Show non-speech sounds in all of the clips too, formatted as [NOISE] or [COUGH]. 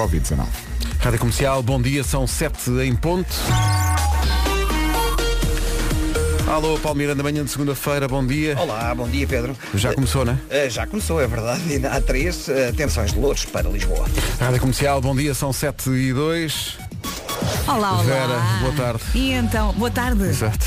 Covid-19. Rádio Comercial, bom dia, são 7 em ponto. Alô, Paulo Miranda, manhã de segunda-feira, bom dia. Olá, bom dia Pedro. Já começou, né? Eh, Já começou, é verdade. E Há três eh, tensões de Lourdes para Lisboa. Rádio Comercial, bom dia, são 7 e 2. Olá, olá. Vera, boa tarde. E então, boa tarde. Exato.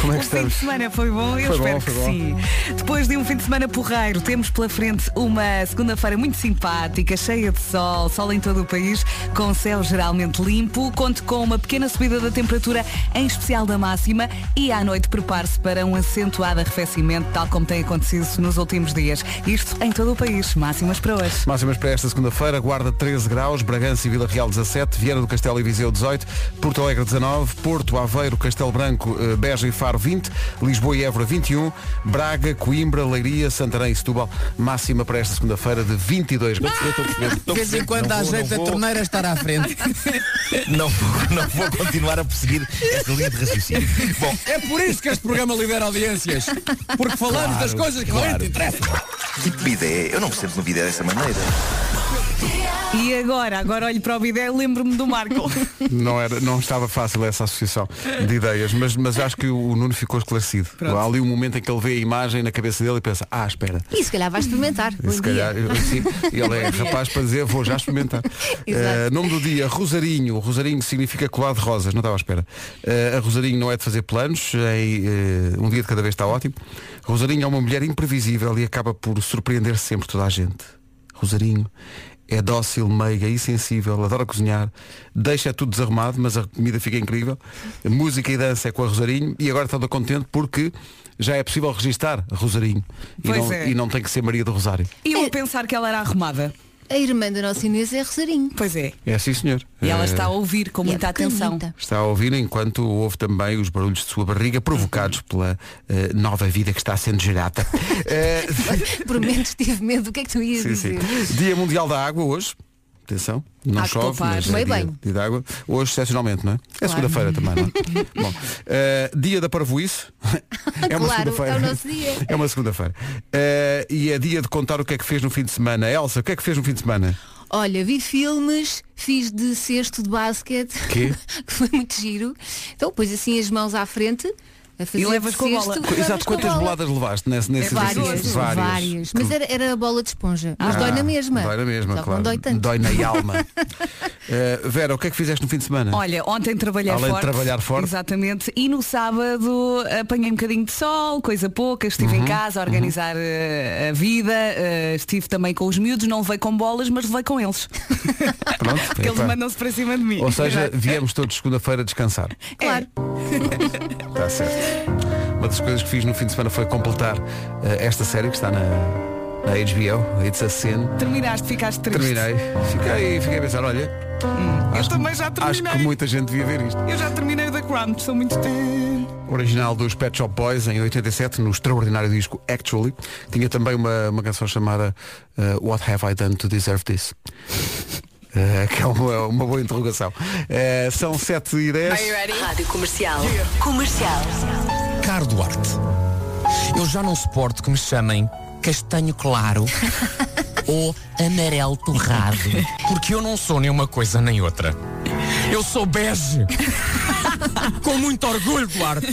Como é O que fim de estamos? semana foi bom? Eu Foi espero bom, que foi bom. sim. Depois de um fim de semana porreiro, temos pela frente uma segunda-feira muito simpática, cheia de sol, sol em todo o país, com céu geralmente limpo. Conto com uma pequena subida da temperatura, em especial da máxima, e à noite prepare-se para um acentuado arrefecimento, tal como tem acontecido nos últimos dias. Isto em todo o país. Máximas para hoje. Máximas para esta segunda-feira, Guarda 13 graus, Bragança e Vila Real 17, Viana do Castelo e Viseu 18, Porto Alegre 19, Porto, Aveiro, Castelo Branco, eh, Beja e Faro 20, Lisboa e Évora 21, Braga, Coimbra, Leiria, Santarém e Setúbal, máxima para esta segunda-feira de 22 graus. De vez em quando há jeito a torneira estar à frente. Não vou, não vou continuar a perseguir esta linha de raciocínio. Bom, É por isso que este programa lidera audiências. Porque falamos das coisas que realmente interessam. que bidé. Eu não percebo no bidé dessa maneira. E agora, agora olho para o vídeo e lembro-me [LAUGHS] do Marco. Não, era, não estava fácil essa associação de ideias, mas, mas acho que o Nuno ficou esclarecido. Há ali um momento em que ele vê a imagem na cabeça dele e pensa, ah, espera, E se calhar vais experimentar. E Se Bom calhar, dia. eu- sim, [LAUGHS] ele é rapaz para dizer, vou já experimentar. Eh, nome do dia, Rosarinho. Rosarinho significa colar de rosas, não estava à espera. Eh, a Rosarinho não é de fazer planos, em, eh, um dia de cada vez está ótimo. Rosarinho é uma mulher imprevisível e acaba por surpreender sempre toda a gente. Rosarinho é dócil, meiga e sensível, adora cozinhar, deixa tudo desarrumado, mas a comida fica incrível. Música e dança é com a Rosarinho e agora está todo contente porque já é possível registar Rosarinho e Pois não, é. e não tem que ser Maria do Rosário. E eu a pensar que ela era arrumada. A irmã da nossa Inês é Rosarinho. Pois é. É sim, senhor. E ela Eh, está a ouvir com E é muita atenção. [LAUGHS] pequenita. Está a ouvir enquanto ouve também os barulhos de sua barriga Uhum. provocados pela eh, nova vida que está sendo gerada. [LAUGHS] Eh, Prometo, tive medo. O que é que tu ias sim, sim. dizer? Dia Mundial da Água hoje. Atenção, não Há que chove, poupar. mas é Meio dia, bem. dia de água. Hoje, excepcionalmente, não é? É segunda-feira também, não [LAUGHS] é? Bom, eh, dia da parvoíce. É uma Claro, segunda-feira. é o nosso dia. É uma segunda-feira. Eh, e é dia de contar o que é que fez no fim de semana. Elsa, o que é que fez no fim de semana? Olha, vi filmes, fiz de cesto de basquete, [LAUGHS] Quê? que foi muito giro. Então pôs assim as mãos à frente, a fazer E levas de com a cesto, bola. levas Exato, com a quantas bola. boladas levaste nesse, nesse Várias, exercício? É várias, Mas era, era a bola de esponja. Mas dói na mesma. Ah, Dói na mesma, Só que claro. Não dói tanto. [LAUGHS] na alma. Eh, Vera, o que é que fizeste no fim de semana? Olha, ontem trabalhei Além de forte. trabalhar forte. Exatamente. E no sábado apanhei um bocadinho de sol, coisa pouca, estive Uhum, em casa a organizar eh, a vida, eh, estive também com os miúdos, não levei com bolas, mas levei com eles. Pronto, [LAUGHS] Porque eles epá. mandam-se para cima de mim. Ou seja, viemos todos segunda-feira descansar. Claro. Está certo. Uma das coisas que fiz no fim de semana foi completar eh, esta série que está na, na HBO, It's a Sin. terminaste, ficaste triste. Terminei. Fiquei, fiquei a pensar, olha, Eu também já acho terminei. que muita gente devia ver isto. Eu já terminei o The Crown, sou muito tempo. Original dos Pet Shop Boys em 87, no extraordinário disco Actually. Tinha também uma, uma canção chamada eh, What Have I Done to Deserve This? [LAUGHS] Eh, que é uma, uma boa interrogação. Eh, são 7 e 10. Rádio Comercial. Comercial. Caro Duarte, eu já não suporto que me chamem castanho claro ou amarelo torrado. Porque eu não sou nem uma coisa nem outra. Eu sou bege. Com muito orgulho, Duarte.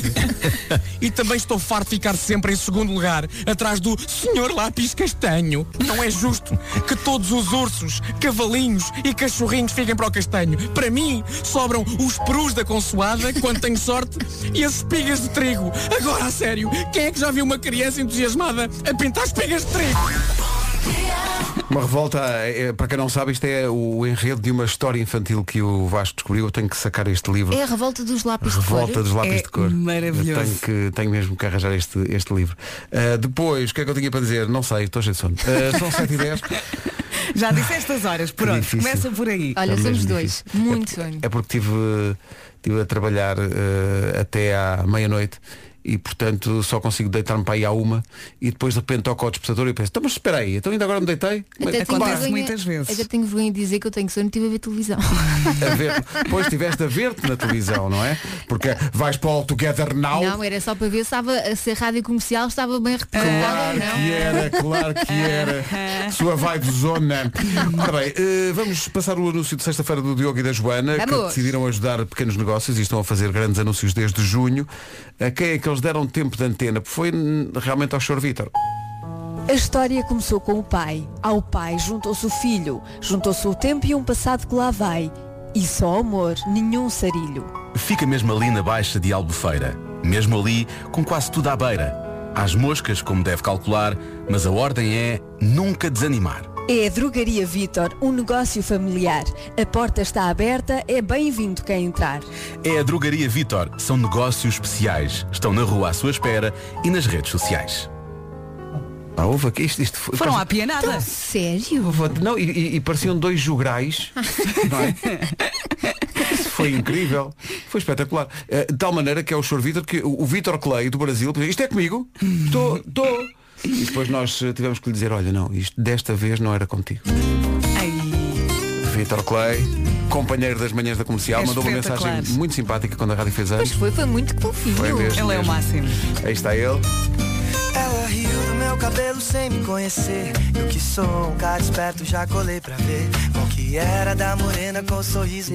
E também estou farto de ficar sempre em segundo lugar, atrás do Senhor Lápis Castanho. Não é justo que todos os ursos, cavalinhos e cachorrinhos fiquem para o castanho. Para mim, sobram os perus da consoada, quando tenho sorte, e as espigas de trigo. Agora, a sério, quem é que já viu uma criança entusiasmada a pintar espigas de trigo? Uma revolta, eh, para quem não sabe, isto é o enredo de uma história infantil que o Vasco descobriu. Eu tenho que sacar este livro. É a revolta dos lápis de Revolta cor. dos lápis É de cor. maravilhoso. Eu Tenho, que, tenho mesmo que arranjar este, este livro. Eh, depois, o que é que eu tinha para dizer? Não sei, estou cheio de sono. Eh, são 7 [LAUGHS] e 10. Já disse estas horas, pronto, difícil. começa por aí. Olha, É somos mesmo dois. difícil. Muito é, sonho. é porque estive tive a trabalhar eh, até à meia-noite e portanto só consigo deitar-me para aí à uma e depois de repente toco ao despertador e penso, então mas espera aí, então ainda agora me deitei? Mas, Até tenho Acontece vergonha- muitas vezes. Até tenho vergonha de dizer que eu tenho sono, estive a ver [LAUGHS] televisão. a ver, depois tiveste a ver-te na televisão, não é? Porque vais para o Together Now. Não, era só para ver se, estava, se a rádio comercial estava bem representada Claro ou Ah, não. que é. era, claro que era. Sua vibe zona. Ora bem, eh, vamos passar o anúncio de sexta-feira do Diogo e da Joana, que Vamos. decidiram ajudar pequenos negócios e estão a fazer grandes anúncios desde junho. A quem é que eles deram tempo de antena? Porque Foi hum, realmente ao Sr. Vítor. A história começou com o pai. Ao pai juntou-se o filho, juntou-se o tempo e um passado que lá vai. E só amor, nenhum sarilho. Fica mesmo ali na Baixa de Albufeira. Mesmo ali, com quase tudo à beira. Às moscas, como deve calcular, mas a ordem é nunca desanimar. É a Drogaria Vitor, um negócio familiar. A porta está aberta, é bem-vindo quem entrar. É a Drogaria Vitor. São negócios especiais. Estão na rua à sua espera e nas redes sociais. Ah, houve aqui isto, isto foi. Foram à pianada. Sério? Houve- Não, e, e- e pareciam dois jograis. [LAUGHS] não é? Isso foi incrível. Foi espetacular. Eh, de tal maneira que é o Sr. Vítor, que o, o Vítor Clay do Brasil, por exemplo, isto é comigo? Estou, estou. E depois nós eh, tivemos que lhe dizer, olha, não, isto desta vez não era contigo. Então. Vítor Clay, companheiro das manhãs da comercial, É mandou uma mensagem espetacular. muito simpática quando a rádio fez Pois anos. foi, foi muito fofinho. Foi mesmo. Ele é o máximo. Aí está ele. Ela riu do meu cabelo sem me conhecer. Eu que sou um cara esperto, já colei pra ver. Qual que era da morena com sorriso.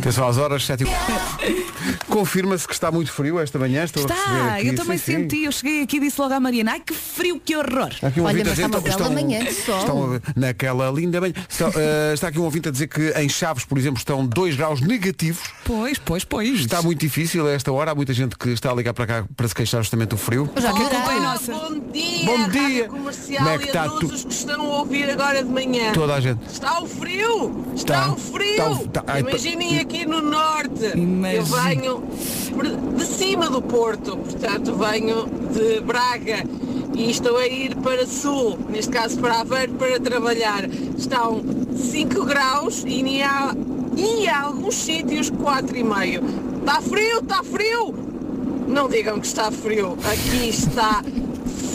Atenção às horas, 7 [LAUGHS] e... Confirma-se que está muito frio esta manhã. Estou a receber Está, aqui, eu também sim, sim. senti, eu cheguei aqui e disse logo à Mariana, ai que frio, que horror. Há Aqui um Olha, ouvinte mas a dizer, está uma estão- bela manhã de estão- sol. estão naquela linda manhã. Estão, eh, está aqui um ouvinte a dizer que em Chaves, por exemplo, estão 2 graus negativos. Pois, pois, pois. Está muito difícil a esta hora. Há muita gente que está a ligar para cá para se queixar justamente do frio. Já que a culpa é nossa. Bom dia, Bom Rádio dia. Comercial Como é que e tá a todos tu- os que estão a ouvir agora de manhã. Toda a gente. Está o frio! Está. Está, o frio! Está Tá. o- está- ai, Imaginem aqui no norte. Imagina. Eu venho por- de cima do Porto, portanto venho de Braga e estou a ir para sul, neste caso para Aveiro, para trabalhar. Estão 5 graus e em há, e há alguns sítios 4,5. Está Tá frio, está frio! Não digam que está frio, aqui está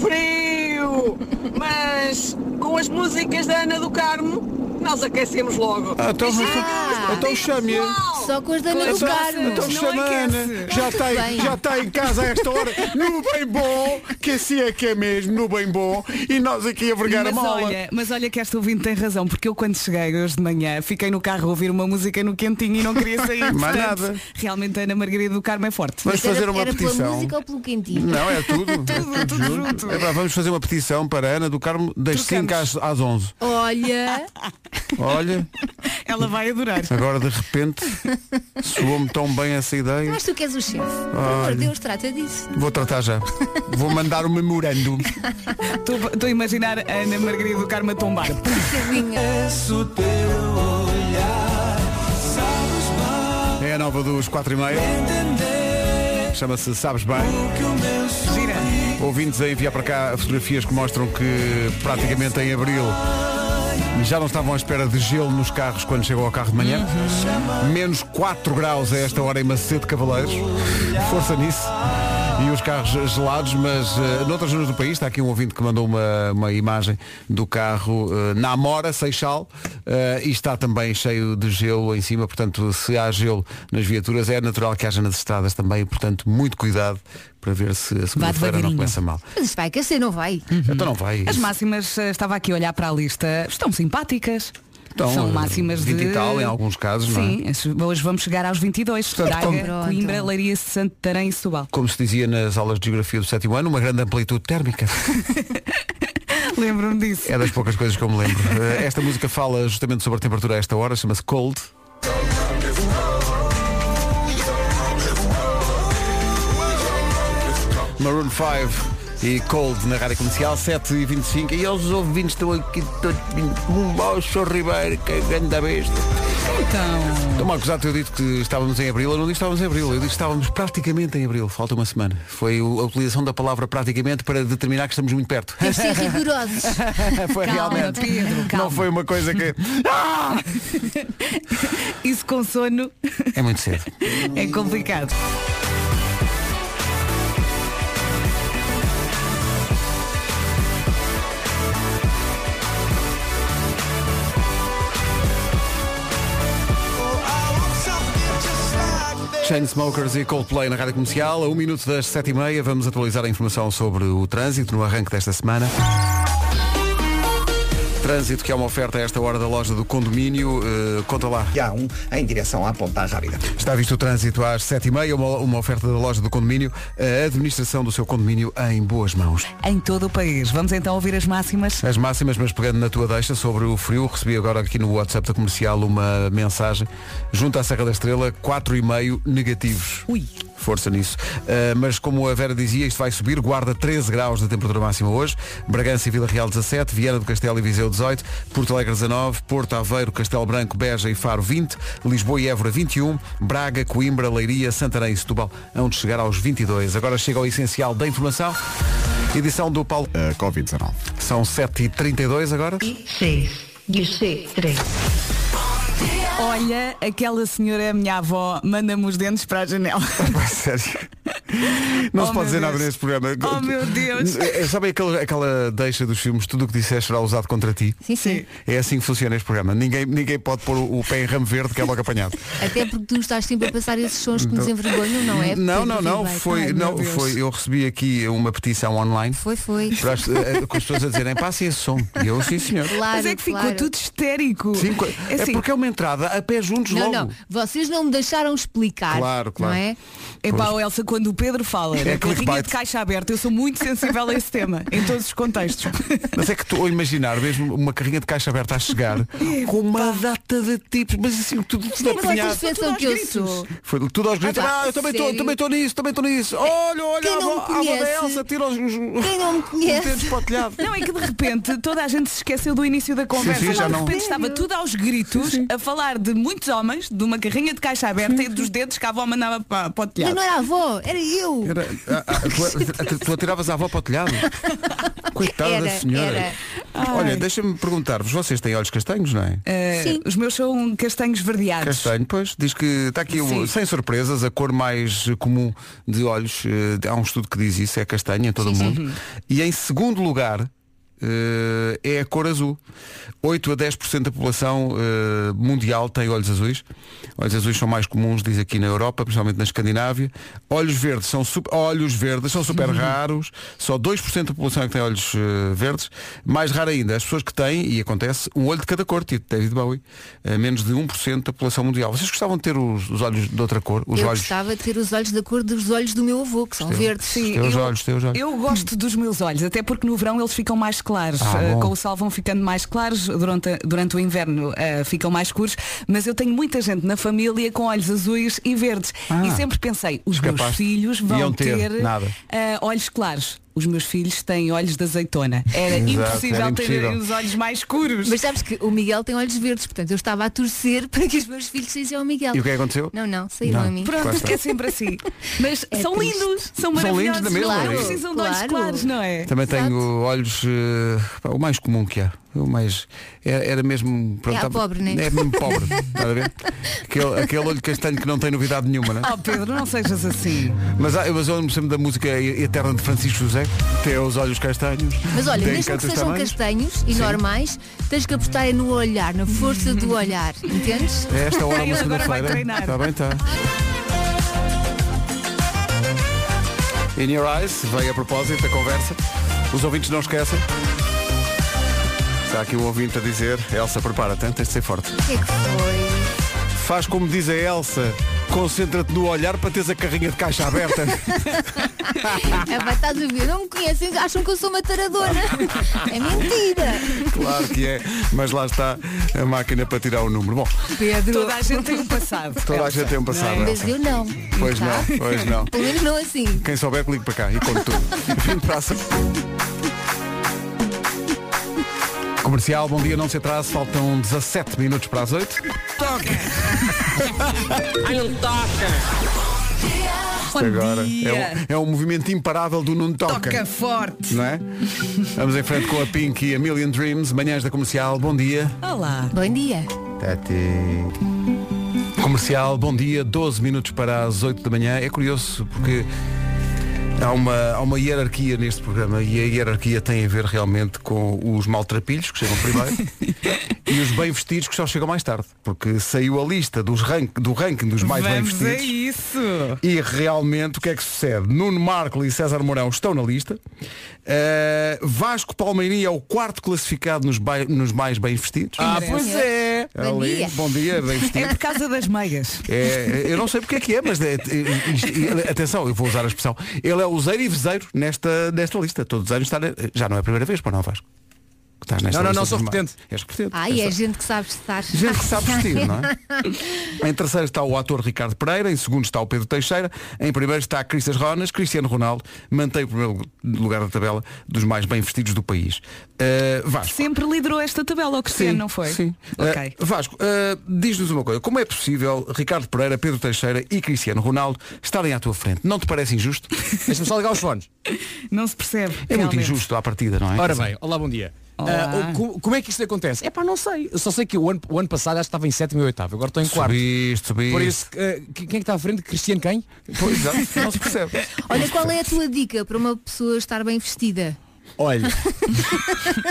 frio! Mas com as músicas da Ana do Carmo, nós aquecemos logo. Ah, então, Ah, então chame a Só com as da Ana do Então- Carmo. Então Não chama a Ana. aquece. já está, bem. já está em casa a esta hora, no bem bom, que assim é que é mesmo, no bem bom, e nós aqui a vergar a Mas mola. olha, mas olha que esta ouvinte tem razão, porque eu quando cheguei hoje de manhã fiquei no carro a ouvir uma música no quentinho e não queria [LAUGHS] sair. Mais portanto, nada. Realmente a Ana Margarida do Carmo é forte. Vamos fazer era uma era petição. pela música ou pelo quentinho? Não, é tudo. Tudo, tudo junto. É pá, vamos fazer uma petição para a Ana do Carmo das Trocamos. 5 às, às 11. Olha, Olha, Ela vai adorar. agora de repente soou-me tão bem essa ideia. mas tu queres o chefe. Por amor de Deus, trata disso. Vou tratar já. Vou mandar um memorando. Estou estou a imaginar a Ana Margarida do Carmo a tombar. É a nova dos 4 e meia. Chama-se Sabes Bem. Gira. Ouvintes a enviar para cá fotografias que mostram que praticamente em abril já não estavam à espera de gelo nos carros quando chegou ao carro de manhã. Menos 4 graus a esta hora em Macedo Cavaleiros. Força nisso. E os carros gelados, mas eh, noutras zonas do país, está aqui um ouvinte que mandou uma, uma imagem do carro eh, na Amora, Seixal, eh, e está também cheio de gelo em cima, portanto, se há gelo nas viaturas, é natural que haja nas estradas também, portanto, muito cuidado para ver se a segunda-feira não devagarinho. Uhum. começa mal. Mas isto vai aquecer, não vai? Então não vai. As máximas, eh, estava aqui a olhar para a lista, estão simpáticas. Estão, São eh, máximas 20 de... e tal, em alguns casos, não é? então. Sim, as- hoje vamos chegar aos 22. Portanto, Braga, como- Coimbra, Pronto. Leiria, Santarém e Setúbal. Como se dizia nas aulas de geografia do sétimo ano, uma grande amplitude térmica. Lembro-me disso. É das poucas coisas que eu me lembro. Eh, Esta música fala justamente sobre a temperatura a esta hora, chama-se Cold. Maroon 5 e Cold na rádio comercial, 7h25. E aos ouvintes estão aqui todos. Um baixo Ribeiro, que grande besta. Então, Então, Marcos, já eu dito que estávamos em abril, eu não disse que estávamos em abril, eu disse que estávamos praticamente em abril, falta uma semana. Foi o- a utilização da palavra praticamente para determinar que estamos muito perto. Temos de ser [LAUGHS] rigorosos. É, foi Calma, realmente. Pedro, calma. Não foi uma coisa que. Ah! isso com sono É muito cedo. é complicado. Chainsmokers e Coldplay na Rádio Comercial. A um minuto das sete e meia vamos atualizar a informação sobre o trânsito no arranque desta semana. Trânsito que é uma oferta a esta hora da loja do condomínio. eh, conta lá. E há um em direção à Ponta Rábida. Está visto o trânsito às 7h30, uma, uma oferta da loja do condomínio, a administração do seu condomínio em boas mãos. Em todo o país. Vamos então ouvir as máximas. As máximas, mas pegando na tua deixa sobre o frio, recebi agora aqui no WhatsApp da comercial uma mensagem junto à Serra da Estrela, 4,5 negativos. Ui. Força nisso. Uh, mas como a Vera dizia, isto vai subir. Guarda 13 graus da temperatura máxima hoje. Bragança e Vila Real 17, Viana do Castelo e Viseu 18, Porto Alegre 19, Porto Aveiro, Castelo Branco, Beja e Faro 20, Lisboa e Évora 21, Braga, Coimbra, Leiria, Santarém e Setúbal, onde chegar aos 22. Agora chega ao essencial da informação. Edição do Paulo. Covid-19. São 7h32 agora. [LAUGHS] Olha, aquela senhora, a minha avó, manda-me os dentes para a janela. Sério. Não Oh, se pode meu dizer nada Deus. neste programa. Oh, meu Deus. [LAUGHS] É, Sabe aquela, aquela deixa dos filmes, tudo o que disseste será usado contra ti? Sim, sim. É assim que funciona este programa. Ninguém, ninguém pode pôr o, o pé em ramo verde que é logo apanhado. Até porque tu estás sempre a passar esses sons que nos envergonham, [LAUGHS] não é? Não, Pedro não, não. Ribeiro? Foi, Ai, não meu Deus. foi, eu recebi aqui uma petição online Foi, foi. para as, eh, com as pessoas a dizerem passem esse som. E eu, sim senhor. Claro, [LAUGHS] Mas é que ficou claro. tudo histérico. Sim, co- É É assim, porque é uma entrada a pé juntos Não, logo. não. Vocês não me deixaram explicar. Claro, claro. Não é? Epá, o Elsa, quando o Pedro fala É da carrinha clickbait. de caixa aberta, eu sou muito sensível a esse tema, em todos os contextos. [LAUGHS] Mas é que estou a imaginar mesmo uma carrinha de caixa aberta [LAUGHS] a chegar com uma data de tipos, mas assim, tudo, tudo Mas vocês apanhado. pensam é que eu sou. Foi tudo aos gritos. Ah, pá, Ah, eu também estou, sério? também estou nisso, também estou nisso. Olha, olha, Quem a não me avó a avó da conhece? Elsa tira os, os, Quem não me os conhece? dedos para o telhado. Não, é que de repente toda a gente se esqueceu do início da conversa. sim, já de não. repente estava tudo aos gritos a falar de muitos homens, de uma carrinha de caixa aberta e dos dedos que a avó mandava para, para o Mas telhado. não é- era a avó, era eu. Era- ah, ah, tu, tu atiravas a avó para [LAUGHS] o telhado. Coitada Era, da senhora. era. Olha, deixa-me perguntar-vos, vocês têm olhos castanhos, não é? Eh, Sim. Os meus são castanhos verdeados. Castanho, pois, diz que está aqui, o- Sim. sem surpresas, a cor mais comum de olhos, eh, há um estudo que diz isso, é castanho em todo o mundo. E em segundo lugar eh, é a cor azul. 8 a 10% da população eh, mundial tem olhos azuis. Olhos azuis são mais comuns, diz aqui na Europa, principalmente na Escandinávia. Olhos verdes são super, olhos verdes são super raros. Só 2% da população é que tem olhos eh, verdes. Mais raro ainda, as pessoas que têm, e acontece, um olho de cada cor, tipo David Bowie, a menos de 1% da população mundial. Vocês gostavam de ter os, os olhos de outra cor? Os eu olhos. gostava de ter os olhos da cor dos olhos do meu avô, que são verdes. Sim, Teus olhos, teus olhos. eu gosto dos meus olhos, até porque no verão eles ficam mais claros. Ah, eh, bom. com o sol vão ficando mais claros, durante, a- durante o inverno eh, ficam mais escuros, mas eu tenho muita gente na família com olhos azuis e verdes. Ah. e sempre pensei, os meus Escapaste. filhos Iam vão ter, ter, nada. eh, olhos claros. Os meus filhos têm olhos de azeitona. Era Exato, impossível era terem impossível. os olhos mais escuros. Mas sabes que o Miguel tem olhos verdes, portanto eu estava a torcer [LAUGHS] para que os meus filhos saíssem ao Miguel. E o que é que aconteceu? Não, não, saíram Não. a mim. Claro Pronto, está. é sempre assim. [LAUGHS] Mas É são triste. lindos, são lindos maravilhosos. na mesma, claro, é isso. precisam de olhos Claro. claros, não é? Também Exato. tenho olhos, eh, pá, o mais comum que há. O mais, era, era mesmo. É à tava- pobre, né? É mesmo pobre. estás a [LAUGHS] ver? Aquele, aquele olho castanho que não tem novidade nenhuma, né? Oh Pedro, não sejas assim. Mas, há- mas eu lembro sempre da música e- eterna de Francisco José, que tem os olhos castanhos. Mas olha, tem mesmo que cantos sejam tamanhos. castanhos e normais, tens que apostar é no olhar, na força do olhar, entendes? É esta hora, uma Ele agora vai segunda-feira. treinar. Está bem, tá. está. In Your Eyes, veio a propósito da conversa. Os ouvintes não esquecem. Está aqui um ouvinte a dizer, Elsa, prepara-te, tens de ser forte. O que é que foi? Faz como diz a Elsa, concentra-te no olhar para teres a carrinha de caixa aberta. [LAUGHS] É, vai, estás a ver? Não me conhecem, acham que eu sou uma [LAUGHS] taradona. É mentira. claro que é, mas lá está a máquina para tirar o número. Bom, Pedro. Toda a gente tem um passado. toda a Elsa. gente tem um passado. Não é? Mas eu não. Pois tá? não, pois não. Pelo menos não assim. Quem souber que ligue para cá e conto [LAUGHS] tudo. Vim para a... Comercial, bom dia, não se atrase, faltam 17 minutos para as 8. Bom Agora é dia. um, é um movimento imparável do Nuno Toca. Toca forte. Não é? Vamos em frente com a Pink e a Million Dreams, manhãs da comercial, bom dia. Olá. Bom dia. Comercial, bom dia, 12 minutos para as 8 da manhã. É curioso porque Há uma, há uma hierarquia neste programa e a hierarquia tem a ver realmente com os maltrapilhos que chegam primeiro [LAUGHS] e os bem vestidos que só chegam mais tarde. Porque saiu a lista dos rank, do ranking dos mais bem Vamos a vestidos. isso. E realmente o que é que sucede? Nuno Marco e César Mourão estão na lista. Uh, Vasco Palmeirinho é o quarto classificado nos, bai- nos mais bem vestidos. Ah, pois é. Bom Ali, dia. Bom dia, [LAUGHS] bem É vestido. por causa das meias. É, eu não sei porque é que é, mas é, é, isto- ele- atenção, eu vou usar a expressão. Ele é useiro e veseiro nesta, nesta lista. Todos os anos está. na- Já não é a primeira vez, para não, Vasco? Que Estás nesta Não, não, lista não, sou dos ma- repetente. És repetente. Ai, é gente que sabe estar. Gente que sabe vestir, não é? Em terceiro está o ator Ricardo Pereira, em segundo está o Pedro Teixeira, em primeiro está Cristas Ronas, Cristiano Ronaldo, mantém o primeiro lugar da tabela dos mais bem vestidos do país. Uh, Vasco. Sempre liderou esta tabela, o Cristiano, não foi? Sim. Ok. Uh, Vasco, uh, diz-nos uma coisa, como é possível Ricardo Pereira, Pedro Teixeira e Cristiano Ronaldo estarem à tua frente? Não te parece injusto? Deixa-me só ligar os fones. Não se percebe. É muito [LAUGHS] realmente. injusto à partida, não é? Ora bem, olá, bom dia. Olá. Ah, o- co- como é que isto acontece? É pá, não sei. Eu só sei que o ano, o ano passado acho que estava em sétimo e oitavo. Agora estou em quarto. Subiste, subiste. Por isso, ah, que- quem é que está à frente? Cristiano quem? Pois, exato, não se percebe. [LAUGHS] Olha, qual é a tua dica para uma pessoa estar bem vestida? Olha. [LAUGHS]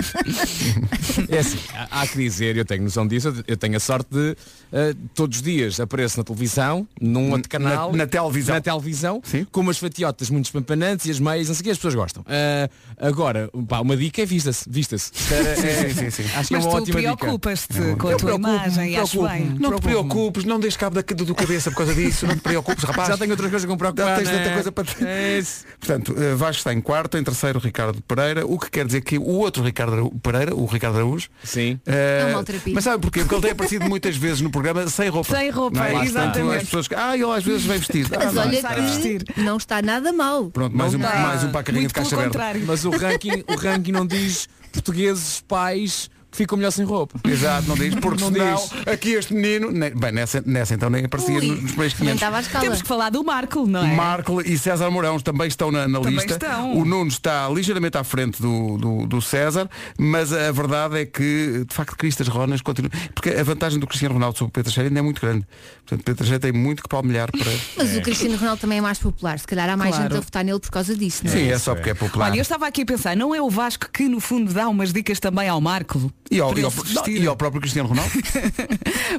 é assim, há- há que dizer, eu tenho noção disso, eu tenho a sorte de ah, todos os dias apareço na televisão, num outro canal. na- na televisão. Na televisão, Sim. com umas fatiotas muito espampanantes e as meias, não sei o que as pessoas gostam. Ah, agora, pá, uma dica é vista-se, vista-se. Sim, sim, sim, sim. Acho que Mas é uma tu ótima dica. É preocupas-te com a Eu tua preocupo-me, imagem e acho preocupo-me. bem. Não te preocupes, não deixes cabo da, do do cabeça por causa disso, não [LAUGHS] te preocupes, rapaz. Já tenho outras coisas que me preocupar. Já tens né? tanta coisa para ti. É isso. Portanto, eh, Vasco está em quarto, em terceiro Ricardo Pereira, o que quer dizer que o outro Ricardo Arau- Pereira, o Ricardo Araújo, Sim. eh, É um maltrapilho. mas sabe porquê? Porque ele tem aparecido muitas vezes no programa sem roupa. Sem roupa, Não é? Lá está. exatamente. As pessoas que, ah, ele às vezes vem vestido. Ah, Mas vai. olha sabe vestir. que não está nada mal. Pronto, mais um, Não dá. mais um para a carrinha de Muito caixa pelo aberta. contrário. Mas o ranking, o ranking não diz portugueses, pais que ficam melhor sem roupa. Exato, não diz, porque Não senão diz. aqui este menino, nem- bem, nessa, nessa então nem aparecia Ui, nos primeiros também 500. estava à escala. Temos que falar do Marco, não é? Marco e César Mourão também estão na, na Também lista. estão. O Nuno está ligeiramente à frente do, do, do César, mas a verdade é que, de facto, Cristas Ronas continua. Porque a vantagem do Cristiano Ronaldo sobre o Pedro Teixeira ainda é muito grande. Portanto, Pedro Teixeira tem muito que palmilhar para. Mas o Cristiano Ronaldo também é mais popular. Se calhar há mais Claro. gente a votar nele por causa disso, não é? Sim, é só porque é popular. Olha, eu estava aqui a pensar, não é o Vasco que no fundo dá umas dicas também ao Marco? E ao, Para e, ele ao, se não, vestir? e ao próprio Cristiano Ronaldo?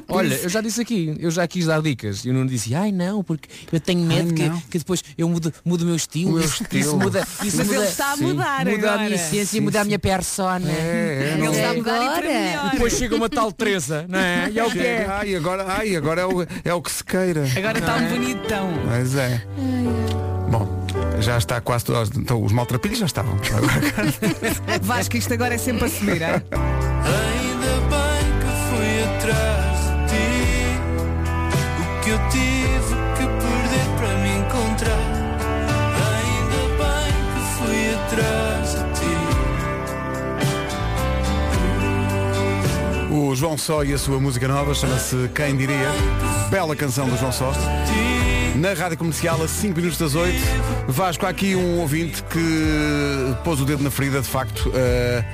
Olha, eu já disse aqui, eu já quis dar dicas. E o Nuno disse, ai não, porque eu tenho medo não. que, que depois eu mudo, mudo o meu estilo. O meu isso, estilo. isso muda, isso Mas muda, ele está a mudar muda a agora. minha essência e muda a minha persona. É, é, Ele não- está a mudar e para Agora. melhor. Depois chega uma tal Teresa, não é? [LAUGHS] E é o que é. Ai, agora, ai, agora é, o, é o que se queira. Agora está um bonitão. Mas é. Bom, já está quase. to- Então, os maltrapilhos já estavam. Vasco, isto agora é sempre a subir, é? Ainda bem que fui atrás de ti. O que eu tive que perder para me encontrar. Ainda bem que fui atrás de ti. O João Só e a sua música nova chama-se Quem Diria. Bela canção do João Só. Na rádio comercial, a 5 minutos das 8. Vasco, há aqui um ouvinte que pôs o dedo na ferida, de facto. eh,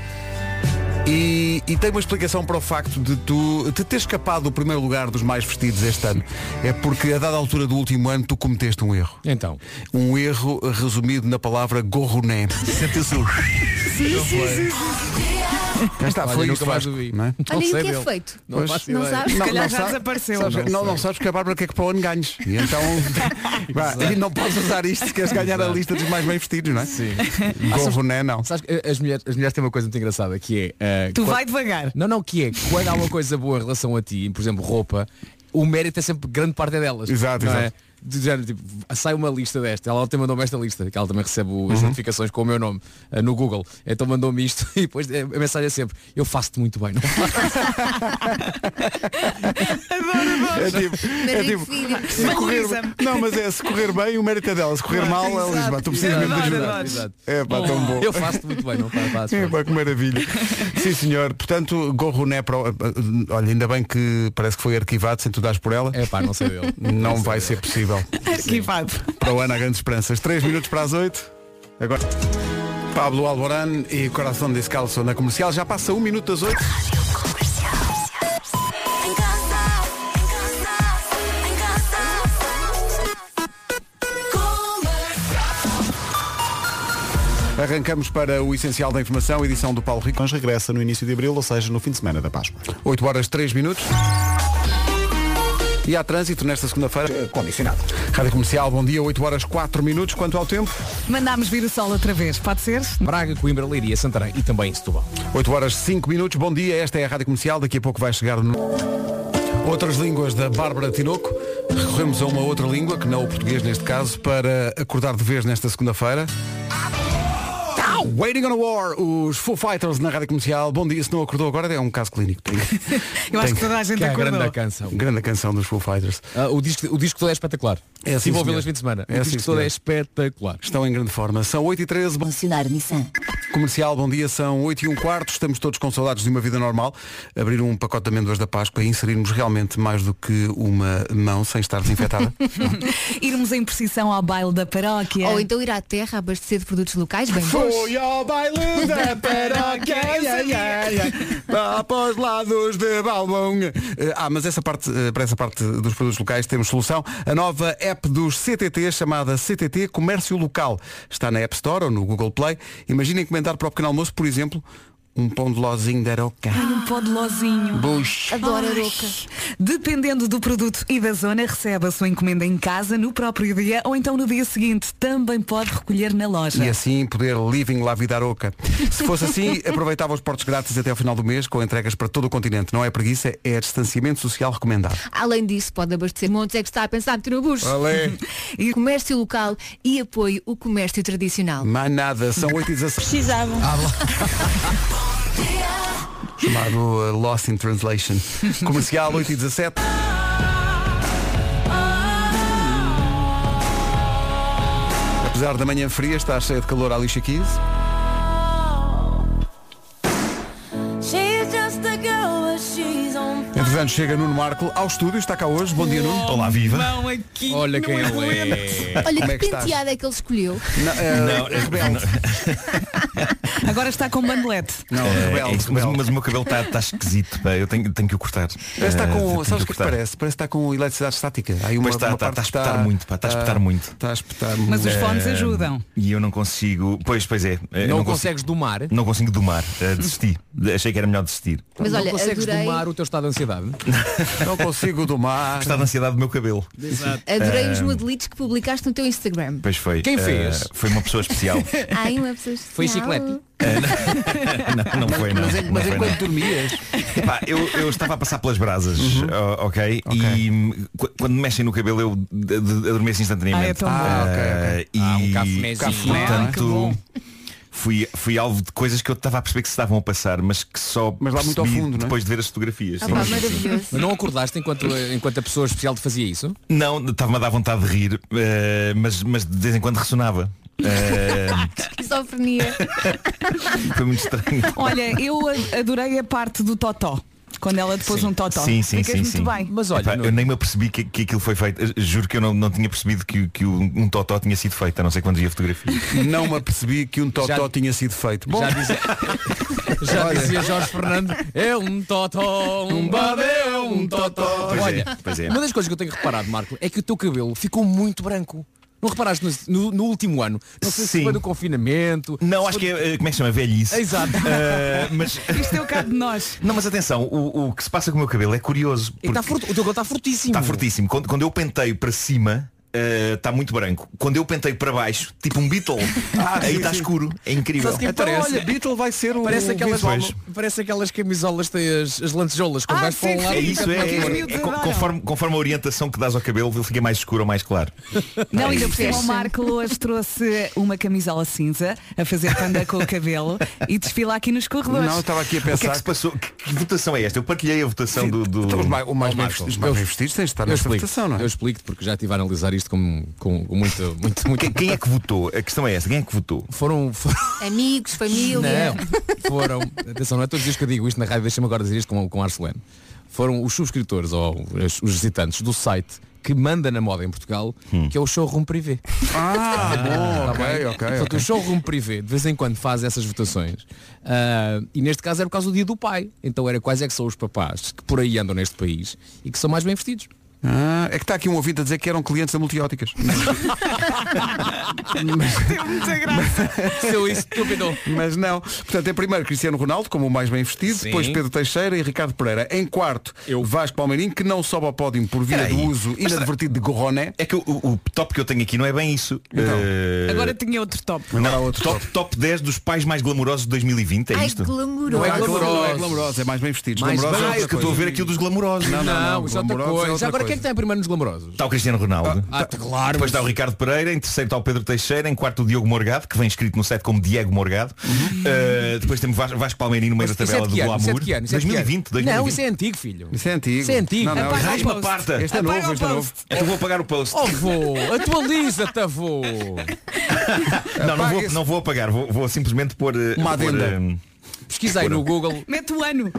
e, e tem uma explicação para o facto de tu te ter escapado do primeiro lugar dos mais vestidos este ano. É porque a dada altura do último ano tu cometeste um erro. Então, Um erro resumido na palavra gorroné. Sentiu-se o... Cá está, Olha, foi nunca isto, mais Vasco, ouvi. não é? Olha, e o sei que é dele. feito? não Pois. faço Não ideia. sabes? Se calhar já desapareceu. Sabes- não, não sabes que é a Bárbara quer que para o ano ganhes. E [LAUGHS] então vá, e não podes usar isto se queres ganhar a lista dos mais bem vestidos, não é? [LAUGHS] Sim. Gorroné, não. Sabes que, eh, as mulheres, as mulheres têm uma coisa muito engraçada que é. eh, Tu quan- vai devagar. Não, não, que é, quando há uma coisa boa em relação a ti, por exemplo, roupa, o mérito é sempre grande parte é delas. Exato, não é? exato. Do género, tipo, sai uma lista desta, ela ontem mandou-me esta lista, que ela também recebe o- as notificações com o meu nome eh, no Google, então mandou-me isto [LAUGHS] e depois eh, a mensagem é sempre, eu faço-te muito bem, não [LAUGHS] É tipo, é Mérito tipo, filho. se correr, Valoriza-me. não, mas é se correr bem, o mérito é dela. Se correr mal, é Lisboa. Tu precisas mesmo de Adoro, ajuda. adoro. Exato. É pá, tão bom. Eu faço-te muito bem, não pá, faço. É, pá. pá, que maravilha. Sim, senhor. Portanto, Gorroné para o... eh, Olha, ainda bem que parece que foi arquivado sem tu dares por ela. É pá, não sei eu. Não vai ser possível. Arquivado. Para o ano há grandes esperanças. 3 minutos para as 8. Agora. Pablo Alboran e Coração Descalço na comercial. Já passa um minuto das 8. Arrancamos para o Essencial da Informação, edição do Paulo Rico. Mas regressa no início de abril, ou seja, no fim de semana da Páscoa. 8 horas 3 minutos. E há trânsito nesta segunda-feira? Condicionado. Rádio Comercial, bom dia, 8 horas 4 minutos. Quanto ao tempo? Mandámos vir o sol outra vez, pode ser? Braga, Coimbra, Leiria, Santarém e também Setúbal. 8 horas 5 minutos, bom dia, esta é a Rádio Comercial, daqui a pouco vai chegar no... Outras línguas da Bárbara Tinoco. Recorremos a uma outra língua, que não o português neste caso, para acordar de vez nesta segunda-feira. Tau! Waiting on a War, os Foo Fighters na rádio comercial. Bom dia, se não acordou agora é um caso clínico. Tem- Eu acho tem- que toda a gente Que é a acordou. grande da canção. Grande canção dos Foo Fighters. Ah, o, disco, o disco todo é espetacular. É assim, Se vou ouvi-lo senhor. este fim de semana. É o assim, disco todo senhor. é espetacular. Estão em grande forma. São 8 e 13 Funcionar Nissan. Comercial, bom dia, são 8 e um quarto, estamos todos com saudades de uma vida normal. Abrir um pacote de amêndoas da Páscoa e inserirmos realmente mais do que uma mão sem estar desinfetada. Irmos em precisão ao baile da paróquia. Ou então ir à terra abastecer de produtos locais bem bons. ao baile da paróquia, ia, ia, ia, lá para os lados de Balbão. Eh, Ah, mas essa parte, eh, para essa parte dos produtos locais temos solução. A nova app dos CTT, chamada CTT Comércio Local. Está na App Store ou no Google Play. Imagina encomendar para o pequeno almoço, por exemplo, um pão de lozinho da Aroca. Ai, um pó de lozinho. Bush. Adoro a Ai. roca. Dependendo do produto e da zona, recebe a sua encomenda em casa no próprio dia ou então no dia seguinte. Também pode recolher na loja. E assim poder living la vida aroca. Se fosse assim, aproveitava os portos grátis até ao final do mês com entregas para todo o continente. Não é preguiça, é distanciamento social recomendado. Além disso, pode abastecer montes é que está a pensar meter no bucho. [LAUGHS] E comércio local e apoio o comércio tradicional. Mas nada, são 8 e Ah, 17 Precisavam. [LAUGHS] chamado uh, Lost in Translation. Comercial 8 e 17 Apesar da manhã fria, está cheia de calor a lixa 15. Entretanto, chega Nuno Marco ao estúdio, está cá hoje. Bom dia, Nuno. Olá, viva. Não, aqui Olha não quem ele aguento. é. Olha Como que, é que estás? penteado é que ele escolheu. Não, eh, rebelde. Agora está com bandelete. Não, é rebelde, É, mas, rebelde. mas o meu cabelo está esquisito, pá. eu tenho, tenho que o cortar. Parece que está Eh, com. tenho Sabes o o que, é que cortar. parece? Parece que está com eletricidade estática. Aí uma, Pois está, uma está, parte tá- está a espetar muito, pá, está a espetar muito. Está a espetar [LAUGHS] Mas os muito. fones Eh, ajudam. E eu não consigo. Pois, pois é. eh, eu Não, consigo- consegues domar? Não consigo domar. eh, Desisti. Achei que era melhor desistir. Mas não olha, consegues adorei, domar o teu estado de ansiedade? Não consigo domar. Está de ansiedade do meu cabelo. adorei Ah. os modelitos que publicaste no teu [LAUGHS] Instagram. Pois foi. Quem eh, fez? foi uma pessoa [LAUGHS] especial. Ai, uma pessoa Foi especial. chiclete. não, não foi, não. Mas, Não mas é foi, não. enquanto dormias, Epá, eu, eu estava a passar pelas brasas, Uhum. ó- ok? E hum, qu- quando mexem no cabelo eu d- d- adormeço instantaneamente. Ah, é tão Ah, bom. ok, Eh, ok. Ah, um e, cafunézinho. cafuné. Ah, que bom. Portanto, fui, fui alvo de coisas que eu estava a perceber que se estavam a passar, mas que só Mas lá muito ao percebi fundo, não é? depois de ver as fotografias. Ah, sim, pá, sim, sim. maravilhoso. Mas não acordaste enquanto, enquanto a pessoa especial te fazia isso? Não, estava-me a dar vontade de rir, eh, mas, mas de vez em quando ressonava. [LAUGHS] Eh, Esquizofrenia. foi muito estranho. Olha, eu a- adorei a parte do Totó. Quando ela te pôs um Totó. Sim, sim, Ficas sim, muito sim. bem. Mas olha, Epá, Nuno, eu nem me apercebi que, que aquilo foi feito. Eh, Juro que eu não, não tinha percebido que, que um, um totó tinha sido feito, a não ser quando vi a fotografia. não me apercebi que um totó Já- tinha sido feito. Bom, já dizia, já dizia Jorge Fernando, é um totó, um badeu, um totó. Pois é, Olha, pois é. uma das coisas que eu tenho reparado, Marco, é que o teu cabelo ficou muito branco. Não reparaste no, no- no último ano? Não sei se Sim. foi do confinamento. Não, se acho foi- que é, eh, como é que se chama? Velhice. Exato. Eh, [LAUGHS] mas, Isto é o caso de nós. não, mas atenção, o, o que se passa com o meu cabelo é curioso. E tá porque forte- o teu cabelo está fortíssimo. Está fortíssimo. Quando, quando eu penteio para cima, eh, está muito branco. Quando eu penteio para baixo, tipo [LAUGHS] um Beatle, Ah, aí está escuro. É incrível. Sabes que então Tipo, parece- olha, Beatle vai ser o. Parece o aquelas, visual. parece aquelas camisolas, têm as, as lancejolas, quando Ah, vais para sim, um lado É sim. fica isso, para é, o é, outro. é, é, con- conforme, conforme a orientação que dás ao cabelo, ele fica mais escuro ou mais claro. Não, ainda por cima o Fashion. Marco hoje trouxe uma camisola cinza a fazer panda com o cabelo e desfila aqui nos [LAUGHS] corredores. Não, eu estava aqui a O que é que pensar. se passou? Que, que votação é esta? Eu partilhei a votação do. do... Então, os mais, o mais Oh, bem Marco, vestidos, os mais eu- bem vestidos tens de estar Eu nesta explico, votação, não é? eu explico porque já estive a analisar isto com, com, com muito, muito, muito. Quem, quem é que votou? A questão é esta, quem é que votou? Foram, foram Amigos, família. Não, foram. Atenção, não é todos os dias que eu digo isto na rádio, deixa-me agora dizer isto com, com ar solene. Foram os subscritores ou os, os visitantes do site que manda na moda em Portugal, Hum. que é o showroom privé. [LAUGHS] Tá Ah, bom, ok, ok. Portanto, ok. o showroom privé de vez em quando faz essas votações. Ah, e neste caso era por causa do dia do pai. Então era quais é que são os papás que por aí andam neste país e que são mais bem vestidos. Ah, é que está aqui um ouvinte a dizer que eram clientes [LAUGHS] da multióticas. Tem muita graça. Seu estúpido. Mas não. Portanto, é primeiro Cristiano Ronaldo, como o mais bem vestido, Sim. depois Pedro Teixeira e Ricardo Pereira. Em quarto, Vasco Palmeirinho, que não sobe ao pódio por via Peraí. do uso Mas será- inadvertido de gorroné. É que o, o top que eu tenho aqui não é bem isso. Então, Eh, Agora tinha outro top. não, top, top 10 dos pais mais glamourosos de 2020, é Ai, isto? glamouroso. Não é glamouroso, não é glamouroso, é mais bem vestido. Mais Glamouroso é bem- Ah, outra é que eu estou a coisa. ver aqui o dos glamourosos. Não, não, não, isso é outra glamourosos é coisa. outra Agora quem é coisa. que tem primeiro nos glamourosos? Está o Cristiano Ronaldo. Ah, tá claro. Depois está o mas- Ricardo Pereira, em terceiro está o Pedro Teixeira, em quarto o Diogo Morgado, que vem escrito no site como Diego Morgado. Uh, depois temos Vas- Vasco Palmeirinho no meio Uhum. mas da isso é tabela de do que ano? Isso é de Glamour. que ano? Isso é de que ano? 2020, 2020. Não, isso é antigo, filho. Isso é antigo. Isso é antigo. Não, não, Apaga Raiz o post. Maparta. Este é Apaga novo, o este é post. novo. É que eu vou apagar o post. [LAUGHS] Oh, vô, atualiza-te, [LAUGHS] avô. não, não apaga vou, esse. não vou apagar, vou, vou simplesmente pôr. uh, Uma pôr, adenda. um, Pesquisei no Google. Mete o ano.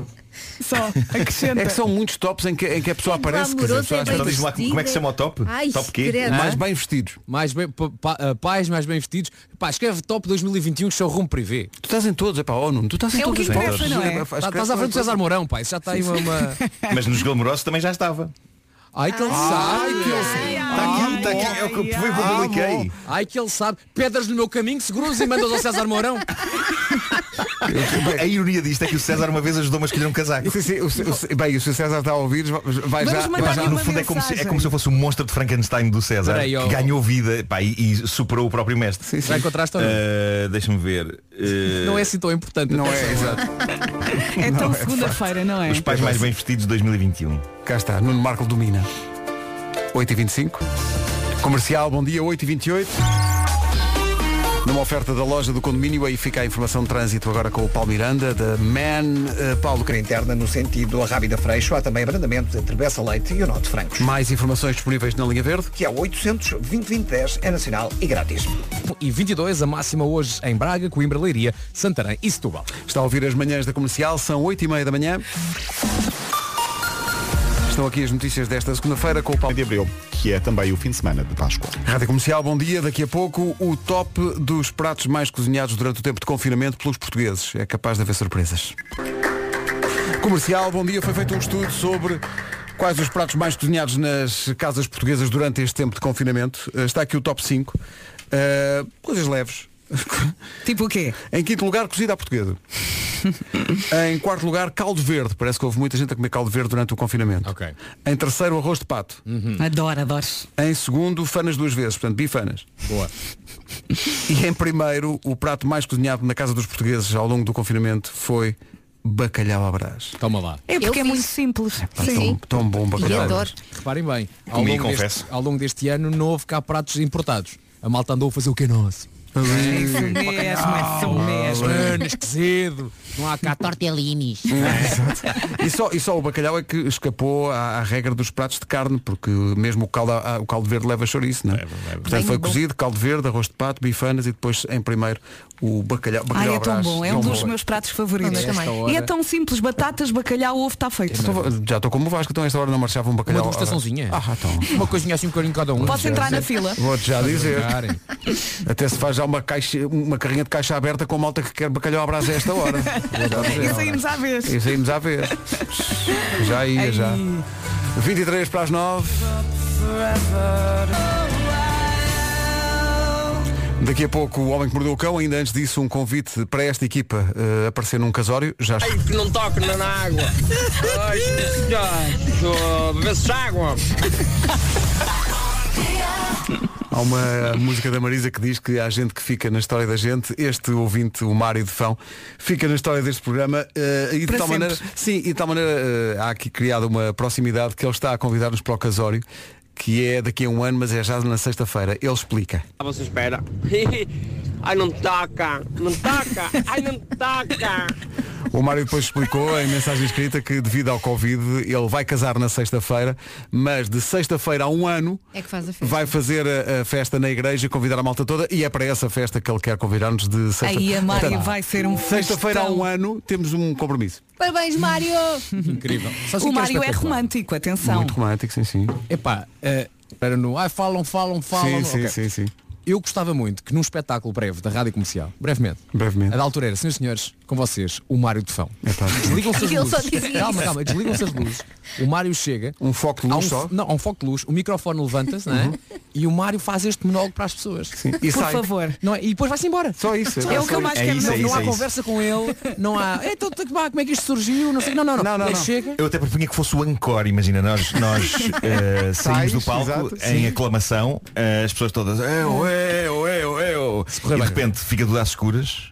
Só. Acrescenta. É que são muitos tops em que, em que a pessoa aparece. quer dizer, a Glamouroso pessoa é às bem Então tantas- diz lá como- vestido, como é que se chama o top? Ai, Top quê? credo. mais bem vestidos. Mais bem, pa- pa- ah, pais mais bem vestidos. Pá, escreve top 2021 showroom privê. Tu estás em todos, é pá, oh, Nuno, tu estás em É o todos que os interessa, tops. não é? pá, faz- Tá- Estás à um. frente do César Mourão, pá. Isso já está aí uma... [LAUGHS] uma- eh, Mas nos glamourosos também já estava. Ai, que ele sabe. Está aqui, está aqui. É o que eu foi o que eu publiquei. Ai, Ah, que ele sabe. Pedras no meu caminho, seguros e mandas ao César Mourão. A ironia disto é que o César uma vez ajudou-me a escolher um casaco. Sim, sim, o C- o C- bem, o Sr. César está a ouvir, vai Vamos já. vai mandar-lhe já- No Uma fundo é como, se, é mensagem. como se eu fosse o monstro de Frankenstein do César Peraí, ó. que ganhou vida pá, e, e superou o próprio mestre. Já encontraste ou não? Eh, Deixa-me ver. Eh, Não é assim tão um- importante. Não é, atenção. exato. É tão segunda-feira, não é? Os pais mais bem vestidos de 2021. Cá está, Nuno Marco domina. 8h25. Comercial, bom dia, 8h28. Numa oferta da loja do condomínio, aí fica a informação de trânsito agora com o Paulo Miranda, da Man eh, Paulo. Lucra interna no sentido a Rábida Freixo, há também abrandamento entre Bessa Leite e o Norte Francos. Mais informações disponíveis na linha verde. Que é 800 2010 é nacional e grátis. E 22 a máxima hoje em Braga, Coimbra, Leiria, Santarém e Setúbal. Está a ouvir as manhãs da comercial, são 8h30 da manhã. Estão aqui as notícias desta segunda-feira com o Paulo. de Abril, que é também o fim de semana de Páscoa. Rádio Comercial, bom dia. Daqui a pouco o top dos pratos mais cozinhados durante o tempo de confinamento pelos portugueses. É capaz de haver surpresas. Comercial, bom dia. Foi feito um estudo sobre quais os pratos mais cozinhados nas casas portuguesas durante este tempo de confinamento. Eh, Está aqui o top 5. Eh, coisas leves. Tipo o quê? Em quinto lugar, cozida à portuguesa. em quarto lugar, caldo verde. Parece que houve muita gente a comer caldo verde durante o confinamento. Ok. Em terceiro, arroz de pato. Adoro, adoro. Em segundo, fanas duas vezes, portanto, bifanas. Boa. E em primeiro, o prato mais cozinhado na casa dos portugueses ao longo do confinamento foi bacalhau à brás. Toma lá. É porque é fiz. muito simples. Pá, Tão, tão bom E bacalhau. à adoro. Brás. Reparem bem, ao Comi, longo, confesso. deste, ao longo deste ano não houve cá pratos importados. A malta andou a fazer o que é nosso. É isso mesmo, é isso Ah, mesmo. Mano, esquecido. Não há cá tortelinis. E só, e só o bacalhau é que escapou à, à regra dos pratos de carne, porque mesmo o caldo, a- o caldo verde leva chouriço, não é? Portanto, Bem foi bom. cozido, caldo verde, arroz de pato, bifanas e depois, em primeiro, o bacalhau. bacalhau Ai, é à tão Brás. bom, é um Tão dos bom. meus pratos favoritos. Eu também. E é tão simples, batatas, bacalhau, ovo, está feito. Então, já estou como o Vasco, então a esta hora não marchava um Uma bacalhau. à Brás. degustaçãozinha. Ah, então. Uma coisinha assim um bocadinho cada um. Posso entrar na fila? [LAUGHS] Vou-te já dizer. Brincarem. Até se faz já uma, caixa, uma carrinha de caixa aberta com malta que quer bacalhau à brasa a esta [LAUGHS] hora. E saímos à vez. E saímos à [LAUGHS] vez. Já ia, Ai. já. 23 para as 9. Daqui a pouco o Homem que Mordeu o Cão, ainda antes disso um convite para esta equipa eh, aparecer num casório. Já está. Que não toque na água. Ai, já, bebesse água. Há uma música da Marisa que diz que há gente que fica na história da gente. Este ouvinte, o Mário de Fão, fica na história deste programa eh, e de Para tal sempre. maneira, sim, e de tal maneira eh, há aqui criada uma proximidade que ele está a convidar-nos para o casório, que é daqui a um ano, mas é já na sexta-feira. Ele explica. À vossa espera. Ai, não taca, não taca, ai, não taca. O Mário depois explicou em mensagem escrita que devido ao Covid ele vai casar na sexta-feira, mas de sexta-feira a um ano É que faz a festa. vai fazer a, a festa na igreja, convidar a malta toda e é para essa festa que ele quer convidar-nos de sexta-feira. Aí a Mária Portanto, vai ser um então, Sexta-feira há festão. um ano temos um compromisso. Parabéns, Mário! Incrível. Sabes O assim que Mário é espetacular? romântico, atenção. Muito romântico, sim, sim. Epá, eh, era no. Ai, falam, falam, falam. sim, sim, Ok. sim, sim. Eu gostava muito que num espetáculo breve da Rádio Comercial, brevemente, Brevemente. a da altura era, senhores e senhores, com vocês, o Mário de Fão. Desligam-se as Ele luzes. só dizia Calma, isso. calma, desligam-se as luzes. O Mário chega. Um foco de luz há um, só? Não, há um foco de luz, o microfone levanta-se, não é? E o Mário faz este monólogo para as pessoas. E Por sai. favor. Não é? E depois vai-se embora. Só isso. É o que eu mais É quero. isso, não é não isso, há é isso. conversa com ele, não há. Então pá, como é que isto surgiu? Não sei. Não, não, não. Ele chega. Eu até propunha que fosse o Ancor, imagina, nós, nós eh, saímos Sais, do palco exato, em sim. aclamação, eh, as pessoas todas, é, eu, eu, eu, eu. oh, E de repente fica tudo às escuras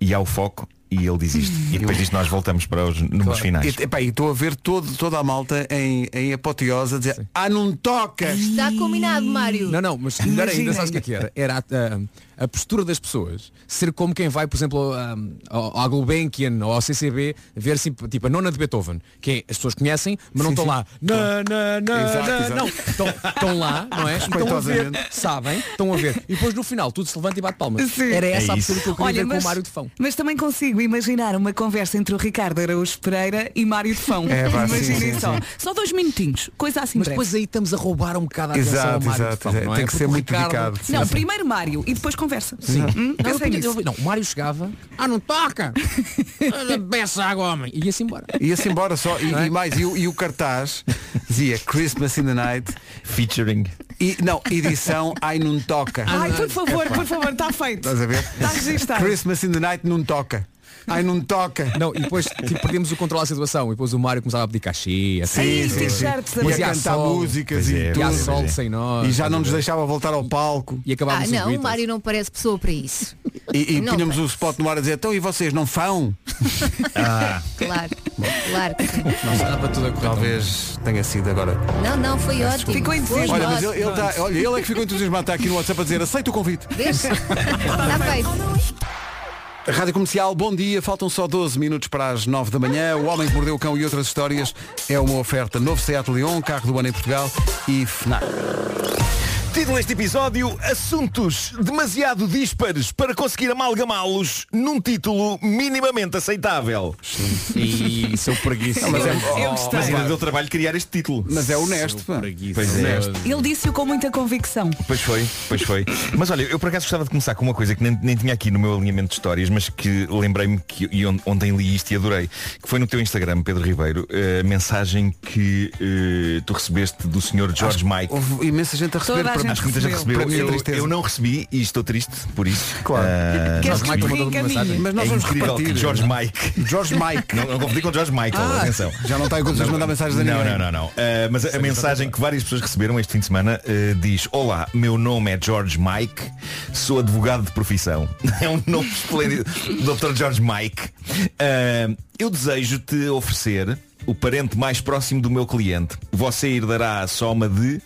e há o foco e ele diz isto. E depois disto nós voltamos para os números finais. E, epá, e estou a ver todo, toda a malta em, em apoteose a dizer Ah, não toca! Está combinado, Mário. Não, não, mas melhor ainda, sabes o que é [LAUGHS] que era? Era a, a- a postura das pessoas ser como quem vai, por exemplo, a- ao, ao Gulbenkian ou ao CCB ver assim, tipo a nona de Beethoven, que é, as pessoas conhecem, mas não Sim, estão sim. lá. Não, não, Exato, não, exato. não. Estão lá, não é? E Estão a ver, Respeitosamente. sabem? Estão a ver. E depois no final tudo se levanta e bate palmas. Sim. Era essa a postura que eu queria Olha, ver mas- com o Mário de Fão. Mas também consigo imaginar uma conversa entre o Ricardo Araújo Pereira e Mário de Fão. É, vá, sim, Imaginem sim, só. sim. Só dois minutinhos, coisa assim Mas breve. depois aí estamos a roubar um bocado a atenção ao Exato, Mário de exato, Fão, exato. não é? Tem que ser Porque o muito Ricardo- dedicado. Não, Sim. primeiro Mário e depois conversa. Sim. Hum? Não, Pensei eu- nisso. eu- não, o Mário chegava, ah, não toca! [LAUGHS] Peça água, homem! E ia-se embora. Ia-se embora só. E, é? e mais, e, o- e o cartaz dizia Christmas in the Night. Featuring. E, não, edição Ai não toca. Ai, por favor, Epá. por favor, está feito. Estás a ver? Está registado. Christmas in the Night não toca. Ai não toca. Não, e depois tipo, perdemos o controle da situação e depois o Mário começava a pedir cachê, Sim, assim, sim, assim. sim. E a Mas há cantar sol. músicas Pois e é, tudo. há sol sem nós. E já não nos deixava voltar ao palco. E Ah, acabávamos não, o Mário não parece pessoa para isso. E, e Não punhamos o spot no ar a dizer, então e vocês não fão? Claro, claro que sim. Não estava tudo a correr. Talvez tenha sido agora. Não, não, foi Peço ótimo. desculpa. Foi Olha, mas ele, ótimo. ele tá- olha, ele é que ficou entusiasmado, está aqui no WhatsApp a dizer, aceita o convite. Deixa. Está feito. Rádio Comercial, bom dia. Faltam só 12 minutos para as 9 da manhã. O Homem que Mordeu o Cão e outras histórias é uma oferta. Novo Seat Leon, carro do ano em Portugal e FNAC. Título deste episódio, assuntos demasiado díspares para conseguir amalgamá-los num título minimamente aceitável. E seu preguiça. Não, mas é- Eu gostei. Mas ainda deu trabalho criar este título. Mas é honesto, pá. Pois é. Ele disse-o com muita convicção. Pois foi, pois foi. Mas olha, eu por acaso gostava de começar com uma coisa que nem, nem tinha aqui no meu alinhamento de histórias, mas que lembrei-me que e on- ontem li isto e adorei, que foi no teu Instagram, Pedro Ribeiro, eh, a mensagem que eh, tu recebeste do senhor George Mike. Houve imensa gente a receber. para- Acho que muita gente recebeu. Para mim, é Eu- tristeza. eu, não recebi e estou triste por isso. Claro. Ah, não Queres que recebi. te mandou uma mensagem? reencaminhe? Mas nós é vamos incrível repartir. que George Não. Mike. George Mike. Não, não confundi com George Michael, Ah, atenção. já não está em condições de mandar mensagens a Não, ninguém. não, não, não. Ah, mas a, a mensagem que várias pessoas receberam este fim de semana ah, diz Olá, meu nome é George Mike, sou advogado de profissão. [LAUGHS] É um nome esplêndido. Dr. George Mike. Ah, eu desejo-te oferecer o parente mais próximo do meu cliente. Você herdará a soma de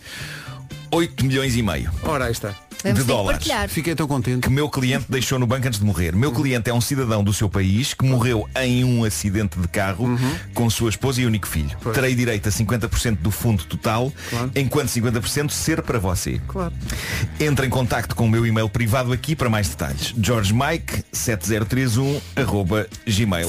8 milhões e meio Ora, aí está. de dólares. Fiquei tão contente. Que meu cliente deixou no banco antes de morrer. Hum. Meu cliente é um cidadão do seu país que morreu em um acidente de carro Uhum. com sua esposa e único filho. Terei direito a 50% do fundo total, enquanto 50% ser para você. Claro. Entre em contacto com o meu e-mail privado aqui para mais detalhes. georgemike7031 arroba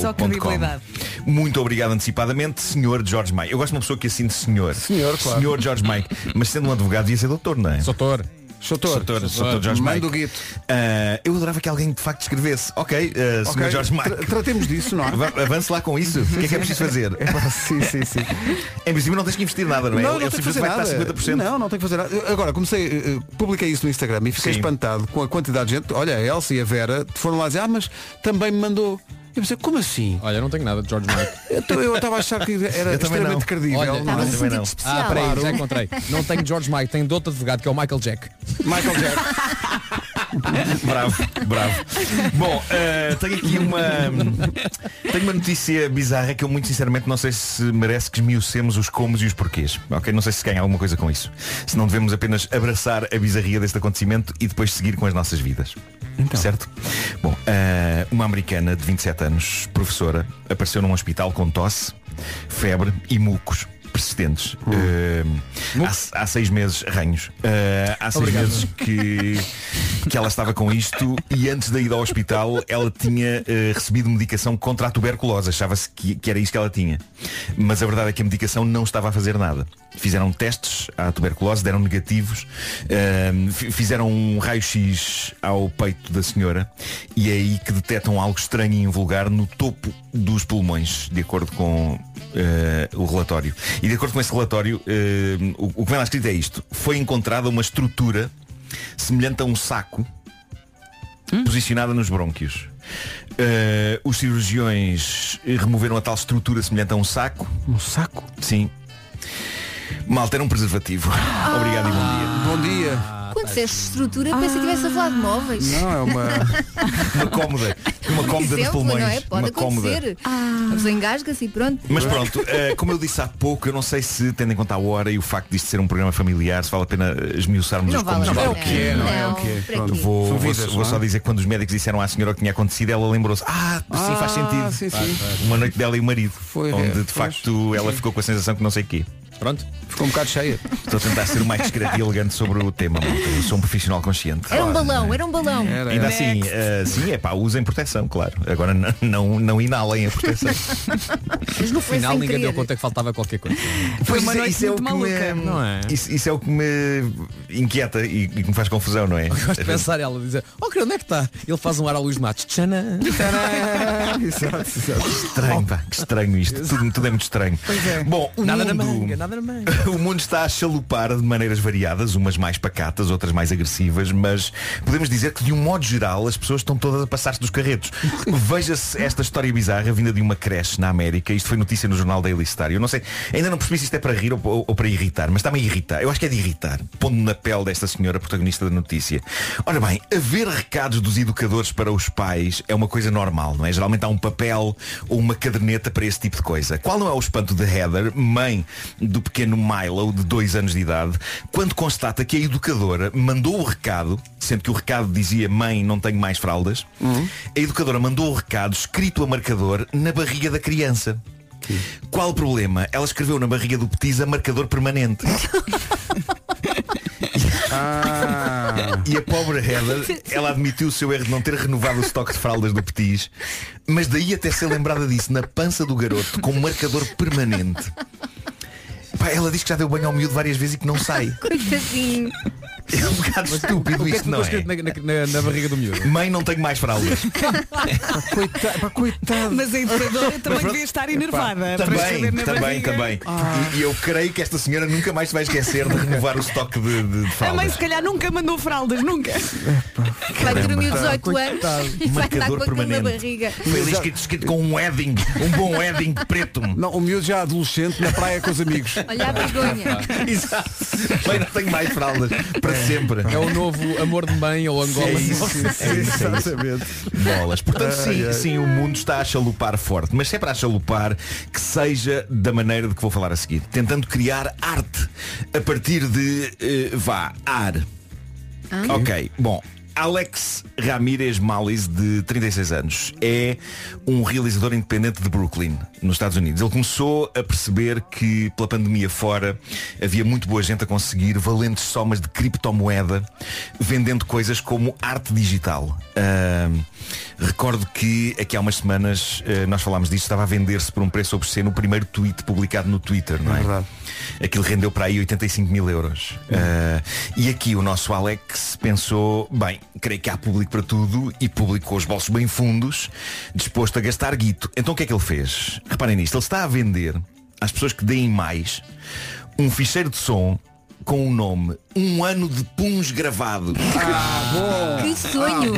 Só credibilidade. gmail.com Muito obrigado antecipadamente, senhor George Mike. Eu gosto de uma pessoa que assine senhor. Senhor, claro. Senhor George Mike. Mas sendo um advogado ia ser doutor, não é? Doutor. Soutor. Soutor, Soutor. Soutor Jorge Manda Mike. o guito. Ah, eu adorava que alguém de facto escrevesse. Ok, uh, Ok, Sr. Jorge Mike. tra- tratemos [LAUGHS] disso, não é? [LAUGHS] Va- Avance lá com isso. O que é que é preciso fazer? sim, sim, sim. Em princípio não tens que investir nada, não é? Não, Ele não tem que fazer simplesmente vai nada. estar 50%. Não, não tem que fazer nada. Eu, Agora, comecei, eh, eh, publiquei isso no Instagram e fiquei Sim. espantado com a quantidade de gente. Olha, a Elsa e a Vera foram lá dizer, ah, mas também me mandou. Eu pensei, como assim? Olha, eu não tenho nada de [LAUGHS] George Mike. Eu t- Eu estava a achar [LAUGHS] que era Eu também extremamente não. credível. Olha, não é? Ah, peraí, já encontrei. Não tenho George Mike, tenho de outro advogado que é o Michael Jack. Michael Jack. bravo, bravo. Bom, eh, tenho aqui uma. Tenho uma notícia bizarra que eu muito sinceramente não sei se merece que esmiucemos os comos e os porquês. Ok? Não sei se ganha alguma coisa com isso. Se não devemos apenas abraçar a bizarria deste acontecimento e depois seguir com as nossas vidas. Certo? Bom, eh, uma americana de 27 anos, professora, apareceu num hospital com tosse, febre e mucos. persistentes. Eh, há, há seis meses, ranhos. Eh, há seis Obrigado. meses que, que ela estava com isto e antes da ida ao hospital ela tinha eh, recebido medicação contra a tuberculose. Achava-se que, que era isso que ela tinha. Mas a verdade é que a medicação não estava a fazer nada. Fizeram testes à tuberculose, deram negativos, ehm, fi- fizeram um raio-x ao peito da senhora e é aí que detectam algo estranho e invulgar no topo dos pulmões, de acordo com eh, o relatório. E de acordo com esse relatório, ehm, o, o que vem lá escrito é isto. Foi encontrada uma estrutura semelhante a um saco posicionada nos brônquios. Eh, os cirurgiões removeram a tal estrutura semelhante a um saco. Um saco? Sim. Malta, era um preservativo. Ah. Obrigado e bom dia. Bom dia. Quando disseste estrutura, pensei que estivesse a falar de móveis. Não, é uma- Uma cómoda. Uma cómoda de Exemplo, pulmões. não é? Pode uma cómoda. acontecer. A pessoa engasga-se e pronto. Mas pronto, eh, como eu disse há pouco, eu não sei se, tendo em conta a hora e o facto disto ser um programa familiar, se vale a pena esmiuçarmos Não os vale a pontos. pena. Não, é o que é, não é? É o que é. Não, para Pronto, quê? vou, São vou- vidas, vou não só é? dizer que quando os médicos disseram à senhora o que tinha acontecido, ela lembrou-se, ah, sim, faz Ah, sentido. sim, Faz, sim. faz. Uma noite dela e o marido. Foi, é, onde de pois. facto ela ficou com a sensação que não sei o quê. Pronto. Ficou um [LAUGHS] bocado cheia. Estou a tentar ser o mais discreto e elegante sobre o tema, malta. Eu sou um profissional consciente. Era um balão, era um balão. Ainda assim, eh, sim, é pá, usem proteção, claro. Agora n- não, não inalem a [LAUGHS] proteção. Mas no final ninguém deu conta que faltava qualquer [LAUGHS] coisa. Pois isso, é- isso é o que me, Isso, isso é o que me inquieta e, e que me faz confusão, não [LAUGHS] é? Gosto de pensar ela dizer, oh querido, onde é que está? Ele faz um ar à luz de matos. Tchana. [LAUGHS] Estranho, pá, que estranho isto. Tudo, tudo é muito estranho. Bom, o nada na mundo- manga, nada na manga. [LAUGHS] O mundo está a chalupar de maneiras variadas, umas mais pacatas, outras mais agressivas, mas podemos dizer que de um modo geral as pessoas estão todas a passar-se dos carretos. Veja-se esta história bizarra vinda de uma creche na América. Isto foi notícia no jornal Daily Star. Eu não sei, ainda não percebi se isto é para rir ou, ou- ou para irritar, mas está-me a irritar. Eu acho que é de irritar, pondo na pele desta senhora protagonista da notícia. Ora bem, haver recados dos educadores para os pais é uma coisa normal, não é? Geralmente há um papel ou uma caderneta para esse tipo de coisa. Qual não é o espanto de Heather, mãe do pequeno Milo, de dois anos de idade, quando constata que a educadora mandou o recado, sendo que o recado dizia mãe, não tenho mais fraldas, a educadora mandou o recado escrito a marcador na barriga da criança. Qual o problema? Ela escreveu na barriga do Petiza marcador permanente. E a pobre Heather, ela admitiu o seu erro de não ter renovado o estoque de fraldas do Petis, mas daí até ser lembrada disso na pança do garoto com um marcador permanente. Pá, ela diz que já deu banho ao miúdo várias vezes e que não sai. Coitadinho. É um bocado estúpido que é que isto, não é? ficou na, barriga do miúdo. Mãe, não tenho mais fraldas. Coitado, Tá, coitado. Mas a educadora Mas também pronto. devia estar Epá, enervada. para Também, escrever na também, barriga. também. Ah. E, e eu creio que esta senhora nunca mais se vai esquecer de renovar o estoque de, de, de A fraldas. mãe se calhar nunca mandou fraldas, nunca. Vai ter um miúdo de Caramba. 18 anos e vai estar com Marcador aquilo na permanente. barriga. Foi ali escrito, escrito com um edding, um bom edding preto. Não, o miúdo já é adolescente na praia com os amigos. Olha a vergonha. [LAUGHS] Exato. Bem, não tenho mais fraldas. Para sempre. É o novo amor de mãe ou Angola. É isso, é isso, é isso. Bolas. Portanto, Ai, sim, ai. sim, o mundo está a chalupar forte. Mas se é para chalupar, que seja da maneira de que vou falar a seguir. Tentando criar arte a partir de, eh, vá, ar. Ok, bom. Alex Ramírez Malis, de 36 anos, é um realizador independente de Brooklyn, nos Estados Unidos. Ele começou a perceber que, pela pandemia fora, havia muito boa gente a conseguir valentes somas de criptomoeda, vendendo coisas como arte digital. Ahm, recordo que aqui há umas semanas eh, nós falámos disto, estava a vender-se por um preço obsceno o primeiro tweet publicado no Twitter, não é? Aquilo rendeu para aí 85 mil euros. Ah, e aqui o nosso Alex pensou, bem, creio que há público para tudo e público com os bolsos bem fundos, disposto a gastar guito. Então o que é que ele fez? Reparem nisto, ele está a vender às pessoas que deem mais um ficheiro de som com o nome Um ano de puns gravados. Que sonho.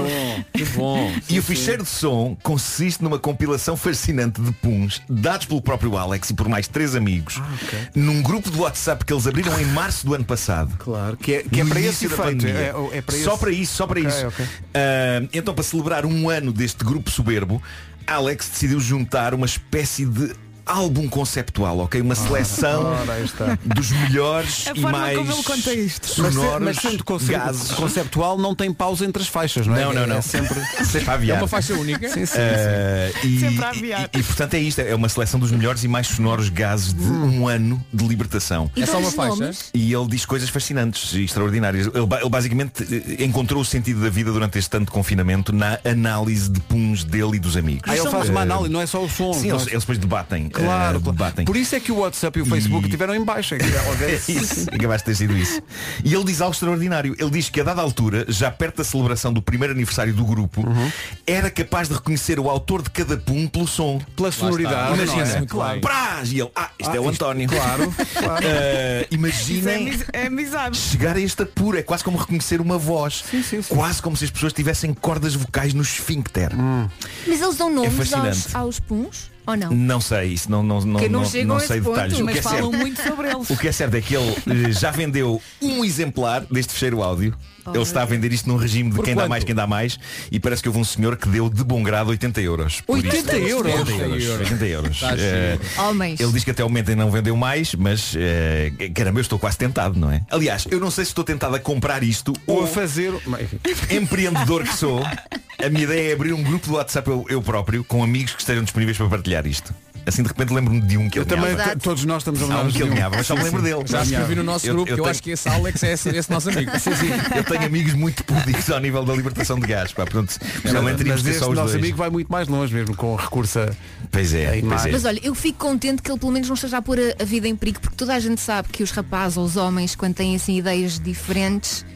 Que bom. E o ficheiro de som consiste numa compilação fascinante de puns dados pelo próprio Alex e por mais três amigos Ah, num grupo de WhatsApp que eles abriram em março do ano passado. Claro, que é- que é para esse efeito, é- é para só esse. para isso, só para Ok, isso. ok. Ah, então, para celebrar um ano deste grupo soberbo, Alex decidiu juntar uma espécie de álbum conceptual, ok? Uma seleção Ah, [LAUGHS] ora, aí está. dos melhores A e forma mais como ele conta isto. Mas, se- sonoros, mas sendo conce- gases. conceptual não tem pausa entre as faixas, não é? Não, não, não. É sempre, Sempre a aviar. É uma faixa única? Sim, sim, Eh, e, Sempre a e, aviar. e, e, portanto é isto, é uma seleção dos melhores e mais sonoros gases de um ano de libertação. E É só vários uma faixa? nomes? E ele diz coisas fascinantes e extraordinárias. Ele, ba- ele basicamente eh, encontrou o sentido da vida durante este tanto de confinamento na análise de puns dele e dos amigos. Aí ele faz uma Eh, análise, não é só o som. Sim, não eles, é- eles depois debatem. Claro, eh, claro. debatem. Por isso é que o WhatsApp e o Facebook tiveram em baixo. é que [LAUGHS] [LAUGHS] alguém- É isso, acabaste de ter sido isso. E ele diz algo extraordinário. Ele diz que a dada altura, já perto da celebração do primeiro aniversário do grupo, Uhum. era capaz de reconhecer o autor de cada pum pelo som. Pela sonoridade, Imagina. não é? Claro. Brás! E ele, ah, isto Ah, é o isto- António. claro, [LAUGHS] claro. Eh, imaginem É amizade. chegar a este apuro. É quase como reconhecer uma voz. Quase como se as pessoas tivessem cordas vocais no esfíncter. Hum. Mas eles É dão nomes aos, fascinante. aos puns? Ou não? Não sei, isso não, não, não, Que não não, chegam não a sei esse ponto, mas detalhes. o, que é falam certo, muito sobre eles. o que é certo é que ele eh, já vendeu um exemplar deste fecheiro áudio. ele está a vender isto num regime de Por quem dá quanto? mais, quem dá mais. E parece que houve um senhor que deu de bom grado 80 euros. por 80 isto. euros? 80 euros. 80 euros. Tá Eh, Homens. ele diz que até o momento ainda não vendeu mais, mas eh, caramba, eu estou quase tentado, não é? Aliás, eu não sei se estou tentado a comprar isto Ou ou a fazer. empreendedor que sou, a minha ideia é abrir um grupo do WhatsApp eu, eu próprio, com amigos que estejam disponíveis para partilhar isto. Assim de repente lembro-me de um que Eu ele também, t- todos nós estamos a Há lembrar um que ele mas só me lembro dele. Já escrevi no nosso Eu- grupo eu que eu tenho- acho que esse Alex é esse, esse nosso amigo. Sim, sim. Eu tenho amigos muito pudidos ao nível da libertação de gás. Pá. Portanto, realmente teríamos Mas de ter este só os nosso dois. amigo vai muito mais longe mesmo com recurso a. Pois a é, pois imagem. é. Mas olha, eu fico contente que ele pelo menos não esteja a pôr a, a vida em perigo, porque toda a gente sabe que os rapazes ou os homens, quando têm assim ideias diferentes,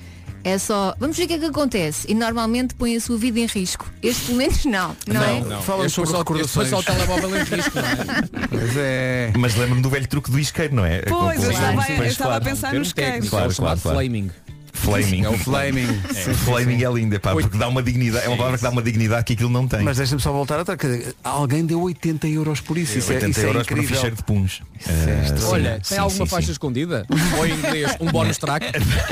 é só vamos ver o que é que acontece. E normalmente põem a sua vida em risco. Este pelo menos não, não, é? Fala Este foi sobre só- este tá foi recordações. só o telemóvel em risco, não é? Pois é. Mas lembro-me do velho truque do isqueiro, não é? Com- Pois, com- com- eu estava, pois, eu estava claro. a pensar nos queiros. Claro, É o chamado claro, claro. flaming. Flaming. É [LAUGHS] o flaming. É, [LAUGHS] Flaming é linda, pá, porque dá uma dignidade, é uma palavra que dá uma dignidade que aquilo não tem. Mas deixa-me só voltar atrás. quer dizer, Alguém deu 80 euros por isso. Isso, 80 é, isso é euros para um incrível. ficheiro de puns. é Eh, extraordinário. sim, Olha, tem sim, alguma sim, faixa sim. escondida? Ou em inglês, um bónus track? [LAUGHS]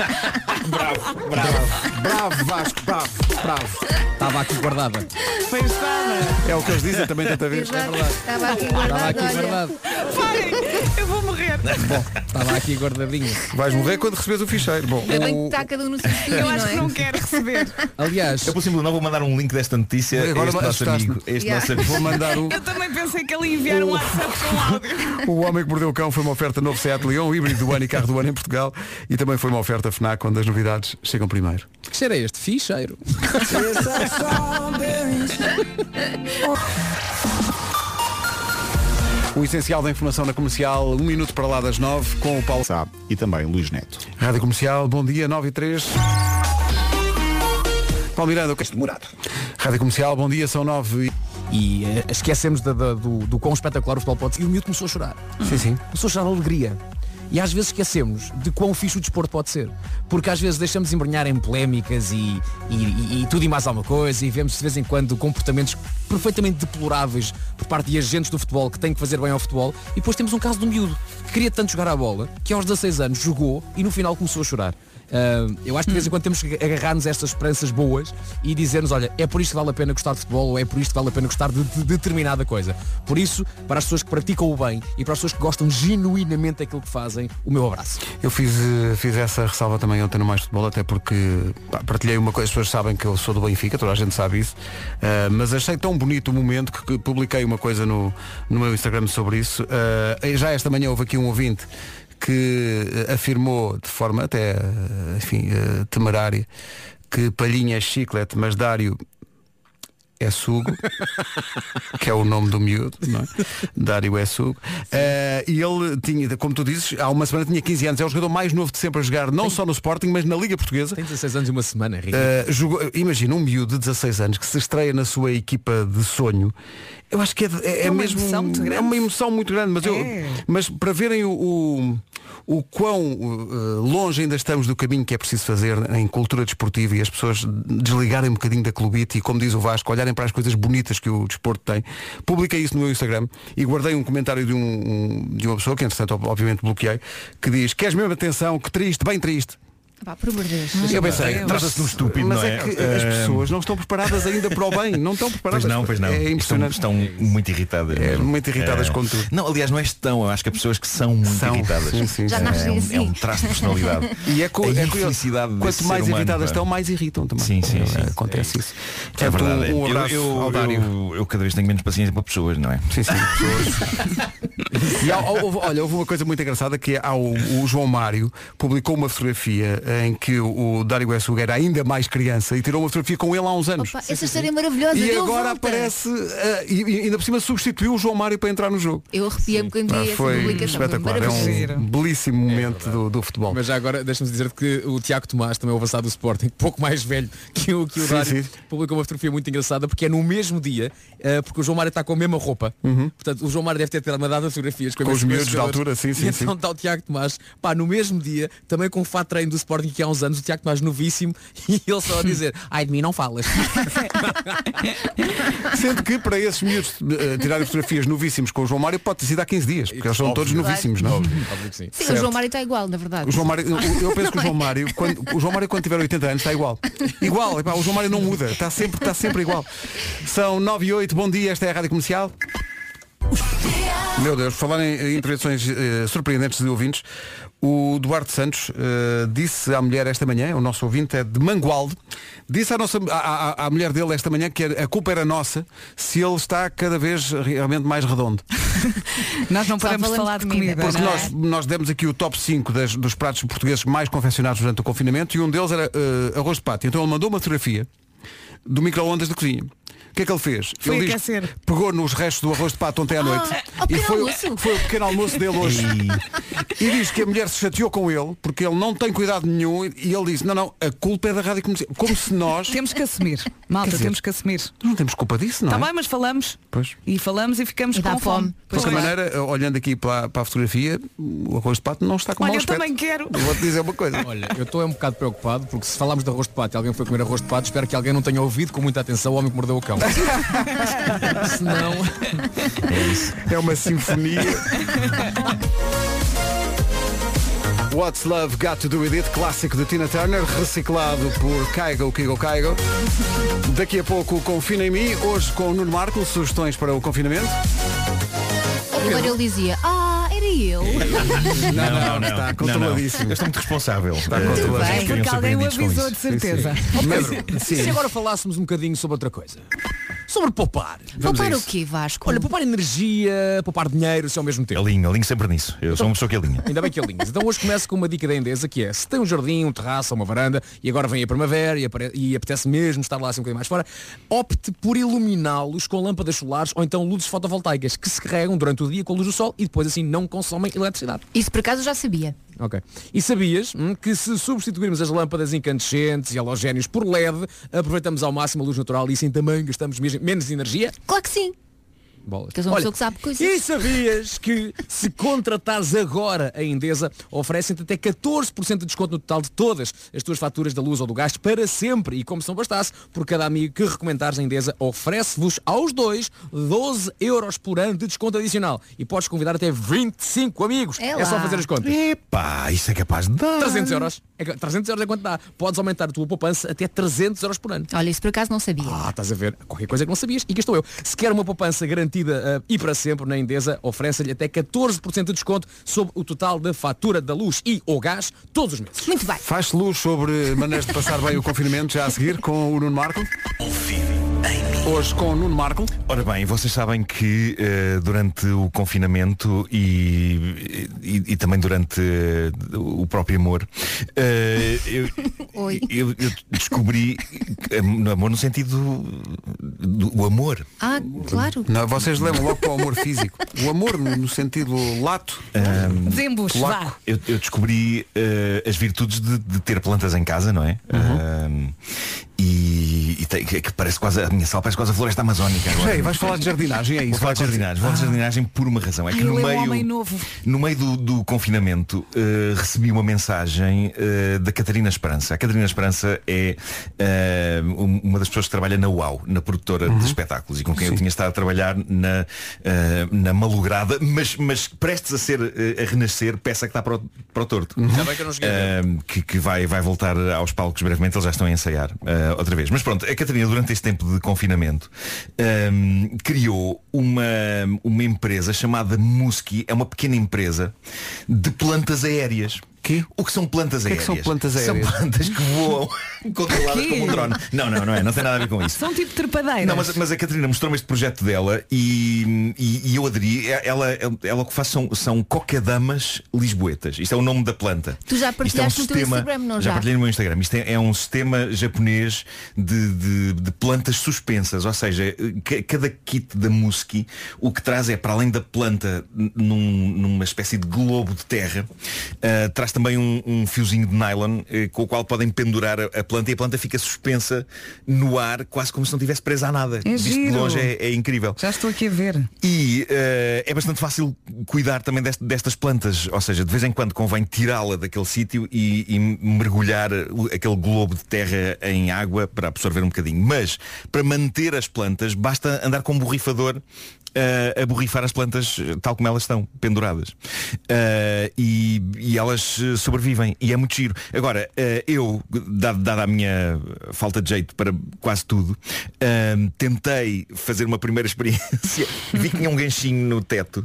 Bravo, bravo. Bravo, Vasco, bravo, bravo. Estava aqui guardada. Foi estada. É o que eles dizem também tanta vez. Exato. Estava aqui guardado, Estava aqui olha. guardada. Parem, eu vou morrer. Estava aqui guardadinha. Vais morrer quando recebes o ficheiro. Bom, É bem que o- tá- está cada um no seu estúdio, Eu acho que não não é? quero receber. Aliás, Eu por simples não vou mandar um link desta notícia a Agora este nosso assustaste-me. amigo. Este Yeah. nosso amigo. vou mandar o. Eu também pensei que ele ia enviar um WhatsApp com áudio. O Homem que Mordeu o Cão foi uma oferta novo Seat Leon, híbrido do ano e carro do ano em Portugal e também foi uma oferta FNAC onde as novidades chegam primeiro. que cheiro é este? Ficheiro. O essencial da informação na comercial, um minuto para lá das nove, com o Paulo. Sabe? E também Luís Neto. Rádio Comercial, bom dia, 9 e 3. Paulo Miranda, o que é Demorado. Rádio Comercial, bom dia, são 9 e... E eh, esquecemos da- da- do, do quão espetacular o futebol pode ser. E o miúdo começou a chorar. Sim, sim. Começou a chorar de alegria. E às vezes esquecemos de quão fixe o desporto pode ser. Porque às vezes deixamos embrenhar em polémicas e, e, e- e tudo e mais alguma coisa e vemos de vez em quando comportamentos perfeitamente deploráveis por parte de agentes do futebol que têm que fazer bem ao futebol. E depois temos um caso do miúdo que queria tanto jogar à bola que aos 16 anos jogou e no final começou a chorar. Ah, eu acho que de vez em quando temos que agarrar-nos a estas esperanças boas e dizer-nos, olha, é por isto que vale a pena gostar de futebol ou é por isto que vale a pena gostar de, de determinada coisa. Por isso, para as pessoas que praticam o bem e para as pessoas que gostam genuinamente daquilo que fazem, o meu abraço. Eu fiz, eh, fiz essa ressalva também ontem no Mais Futebol, até porque pá, partilhei uma coisa, as pessoas sabem que eu sou do Benfica, toda a gente sabe isso, eh, mas achei tão bonito o momento que, que publiquei uma coisa no, no meu Instagram sobre isso. Eh, já esta manhã houve aqui um ouvinte que eh, afirmou de forma até, eh, enfim, eh, temerária, que palhinha é chiclete, mas Dário é sugo, que é o nome do miúdo, não é? Dário é sugo. Eh, e ele tinha, como tu dizes, há uma semana tinha 15 anos, é o jogador mais novo de sempre a jogar, não só no Sporting, mas na Liga Portuguesa. Tem 16 anos e uma semana, Rico. Eh, jogou- imagina um miúdo de 16 anos que se estreia na sua equipa de sonho. Eu acho que é, é- é uma mesmo emoção muito é grande. uma emoção muito grande, mas, eu- É. mas para verem o, o, o quão uh, longe ainda estamos do caminho que é preciso fazer em cultura desportiva e as pessoas desligarem um bocadinho da clubite e, como diz o Vasco, olharem para as coisas bonitas que o desporto tem, publiquei isso no meu Instagram e guardei um comentário de, um- um- de uma pessoa, que entretanto ob- obviamente bloqueei, que diz, queres mesmo atenção, que triste, bem triste. Pá, por amor de Deus. Eu pensei, Mas- trata-se de um estúpido, é mas não é é? que Eh, as pessoas não estão preparadas ainda para o bem, não estão preparadas. Pois não, pois não. É estão, impressionante. estão muito irritadas. É, muito irritadas com tudo. Não, aliás, não é estão, eu acho que há pessoas que são muito São. irritadas. Sim, sim, Já sim. é, nascem um, assim. é um traço de [LAUGHS] personalidade. E é, co- a é curioso. infelicidade desse Quanto ser mais humano, irritadas pá. estão, mais irritam também. Sim, sim, sim. Acontece isso. É Portanto, verdade. Um eu, abraço eu, ao Dário. eu, eu cada vez tenho menos paciência para pessoas, não é? Sim, sim, [LAUGHS] E há- houve- olha, houve uma coisa muito engraçada que é há o, o João Mário publicou uma fotografia em que o, o Dário S. Hugueira era ainda mais criança e tirou uma fotografia com ele há uns anos. Pá, essa história é maravilhosa. E deu agora volta. aparece eh, e, e ainda por cima substituiu o João Mário para entrar no jogo. Eu arrepiei-me quando Ah, vi essa foi publicação. foi espetacular. É maravilhoso. um belíssimo momento do, do futebol. Mas já agora deixa-me dizer que o Tiago Tomás, também é o avançado do Sporting, [LAUGHS] pouco mais velho que o, que o Sim, Dário, sim. publicou uma fotografia muito engraçada porque é no mesmo dia, eh, porque o João Mário está com a mesma roupa. Portanto, o João Mário deve ter tirado uma data de fotografias com, Uhum. Com esses os miúdos mesmos da jogadores. altura, sim, sim, E sim. então está o Tiago Tomás, pá, no mesmo dia, também com o fato de treino do Sporting que há uns anos, o Tiago Tomás novíssimo, [LAUGHS] e ele só a [LAUGHS] dizer, ai de mim não falas. Sendo que para esses miúdos eh, tirarem fotografias novíssimos com o João Mário pode ter sido há 15 dias, porque eles são Óbvio. todos novíssimos, não? é? sim. Sim, o Certo. João Mário está igual, na verdade. O João Mário, eu, eu penso que Não o João é? Mário, quando, o João Mário quando tiver 80 anos está igual. Igual, epá, o João Mário não muda, está sempre, está sempre igual. São 9 e 8, bom dia, esta é a Rádio Comercial. Meu Deus, por falar em eh, intervenções eh, surpreendentes de ouvintes, o Duarte Santos eh, disse à mulher esta manhã, o nosso ouvinte é de Mangualde, disse à, nossa, à, à- à mulher dele esta manhã que a culpa era nossa se ele está cada vez realmente mais redondo. Nós não Só podemos falamos falar de de comida. comida, Porque não é? nós, nós demos aqui o top 5 das- dos pratos portugueses mais confeccionados durante o confinamento e um deles era eh, arroz de pato. Então ele mandou uma fotografia do micro-ondas da cozinha. O que é que ele fez? Foi ele aquecer. Ah, que pegou nos restos do arroz de pato ontem à noite ao e pequeno foi, almoço. foi o pequeno almoço dele hoje. [LAUGHS] e diz que a mulher se chateou com ele porque ele não tem cuidado nenhum e ele disse, não, não, a culpa é da rádio comercial. Como se nós... Temos que assumir. Malta, Quer dizer, temos que assumir. Não temos culpa disso, não Está é? Tá bem, mas falamos. Pois. E falamos e ficamos E dá com fome. fome. De qualquer maneira, eh, olhando aqui para, para a fotografia, o arroz de pato não está com Olha, mau eu aspecto. também quero. Vou-te dizer uma [LAUGHS] coisa. Olha, eu estou é um bocado preocupado porque se falarmos de arroz de pato e alguém foi comer arroz de pato, espero que alguém não tenha ouvido com muita atenção o homem que mordeu o cão. Senão. É uma sinfonia. What's Love Got to Do With It, clássico de Tina Turner, reciclado por Caigo, Kigo, Caigo. Daqui a pouco o Confina em mim, hoje com o Nuno Marco, sugestões para o confinamento. Agora ele dizia, ah, era eu. Não, não, está controladíssimo. Eu estou muito responsável. Eh, Está controladíssimo. Bem, porque alguém o avisou de certeza. Mas, E se agora falássemos um bocadinho sobre outra coisa? Sobre poupar. Poupar o quê, Vasco? Olha, poupar energia, poupar dinheiro, se ao mesmo tempo. Alinho, alinho sempre nisso. Eu sou uma pessoa que alinha. Ainda bem que alinhas. Então hoje começo com uma dica da Endesa que é, se tem um jardim, um terraço, uma varanda, e agora vem a primavera e, apare- e apetece mesmo estar lá assim um bocadinho mais fora, opte por iluminá-los com lâmpadas solares ou então luzes fotovoltaicas que se carregam durante o dia com a luz do sol e depois assim não consomem eletricidade. Isso por acaso eu já sabia. Ok. E sabias hum, que se substituirmos as lâmpadas incandescentes e halogénios por LED, aproveitamos ao máximo a luz natural e assim também gastamos mesmo- menos energia? Claro que sim. Bolas. Que eu sou uma pessoa que sabe coisas. E sabias que se contratares agora a Endesa, oferecem-te até 14% de desconto no total de todas as tuas faturas da luz ou do gás para sempre. E como se não bastasse, por cada amigo que recomendares a Endesa, oferece-vos aos dois 12 euros por ano de desconto adicional. E podes convidar até 25 amigos. É só lá. fazer as contas. Epá, isso é capaz de dar. 300 Ah. euros. É que 300 euros é quanto dá. Podes aumentar a tua poupança até 300 euros por ano. Olha, isso por acaso não sabia. Ah, estás a ver? Qualquer coisa que não sabias. E cá estou eu. Se quer uma poupança garantida ah, e para sempre na Endesa, oferece-lhe até 14% de desconto sobre o total da fatura da luz e ou gás todos os meses. Muito bem. Faz luz sobre maneiras de passar bem o confinamento, já a seguir, com o Nuno Marco. Hoje com o Nuno Marco. Ora bem, vocês sabem que eh, durante o confinamento e, e, e também durante eh, o próprio amor, eh, eu, Oi. eu- eu descobri eh, no amor no sentido do, do amor. Ah, claro. Não, vocês levam logo para o amor físico. O amor no no sentido lato. Desembuche, vá. Claro. Eu, eu descobri eh, as virtudes de, de ter plantas em casa, não é? Ah, e, e, e tem- que que parece quase a minha sala parece quase a floresta amazónica agora. Ei, vais falar de jardinagem, é isso? Vou falar de jardinagem, vou falar de jardinagem por uma razão. É que no Ele é um meio, homem novo. no meio do, do confinamento eh, recebi uma mensagem eh, da Catarina Esperança. A Catarina Esperança é eh, um- uma das pessoas que trabalha na UAU, na produtora de espetáculos, e com quem eu tinha estado a trabalhar na, eh, na malograda, mas, mas prestes a ser eh, a renascer, peça que está para o, para o torto. Ainda bem que eu não cheguei a ver. Ahm, que, que vai, vai voltar aos palcos brevemente, eles já estão a ensaiar ah, outra vez. Mas pronto, a Catarina, durante este tempo de confinamento, ahm, criou uma, uma empresa chamada Musky, é uma pequena empresa de plantas aéreas. O que são plantas O que é aéreas? que são plantas aéreas? São plantas que voam [LAUGHS] controladas Quê? como um drone. Não, não, não é, não tem nada a ver com isso. São tipo trepadeiras. Não, mas, mas a Catarina mostrou-me este projeto dela e, e- e eu aderi. Ela, ela, ela o que faz são, são cocadamas lisboetas. Isto é o nome da planta. Tu já Isto é um partilhaste no teu sistema- Instagram, não já? partilhei no meu Instagram. Isto é, é um sistema japonês de, de- de plantas suspensas. Ou seja, ca- cada kit da Musky o que traz é, para além da planta n- num- numa espécie de globo de terra, ah, traz também um, um fiozinho de nylon eh, com o qual podem pendurar a, a planta e a planta fica suspensa no ar, quase como se não estivesse presa a nada. É Visto de giro. longe é- é incrível. Já estou aqui a ver. E eh, é bastante fácil cuidar também deste- destas plantas, ou seja, de vez em quando convém tirá-la daquele sítio e, e mergulhar o- aquele globo de terra em água para absorver um bocadinho. Mas para manter as plantas basta andar com um borrifador eh, a borrifar as plantas eh, tal como elas estão, penduradas. Eh, e, e elas eh, sobrevivem e é muito giro. Agora, eh, eu, dado- dada a minha falta de jeito para quase tudo, eh, tentei fazer uma primeira [LAUGHS] experiência, vi que tinha um ganchinho no teto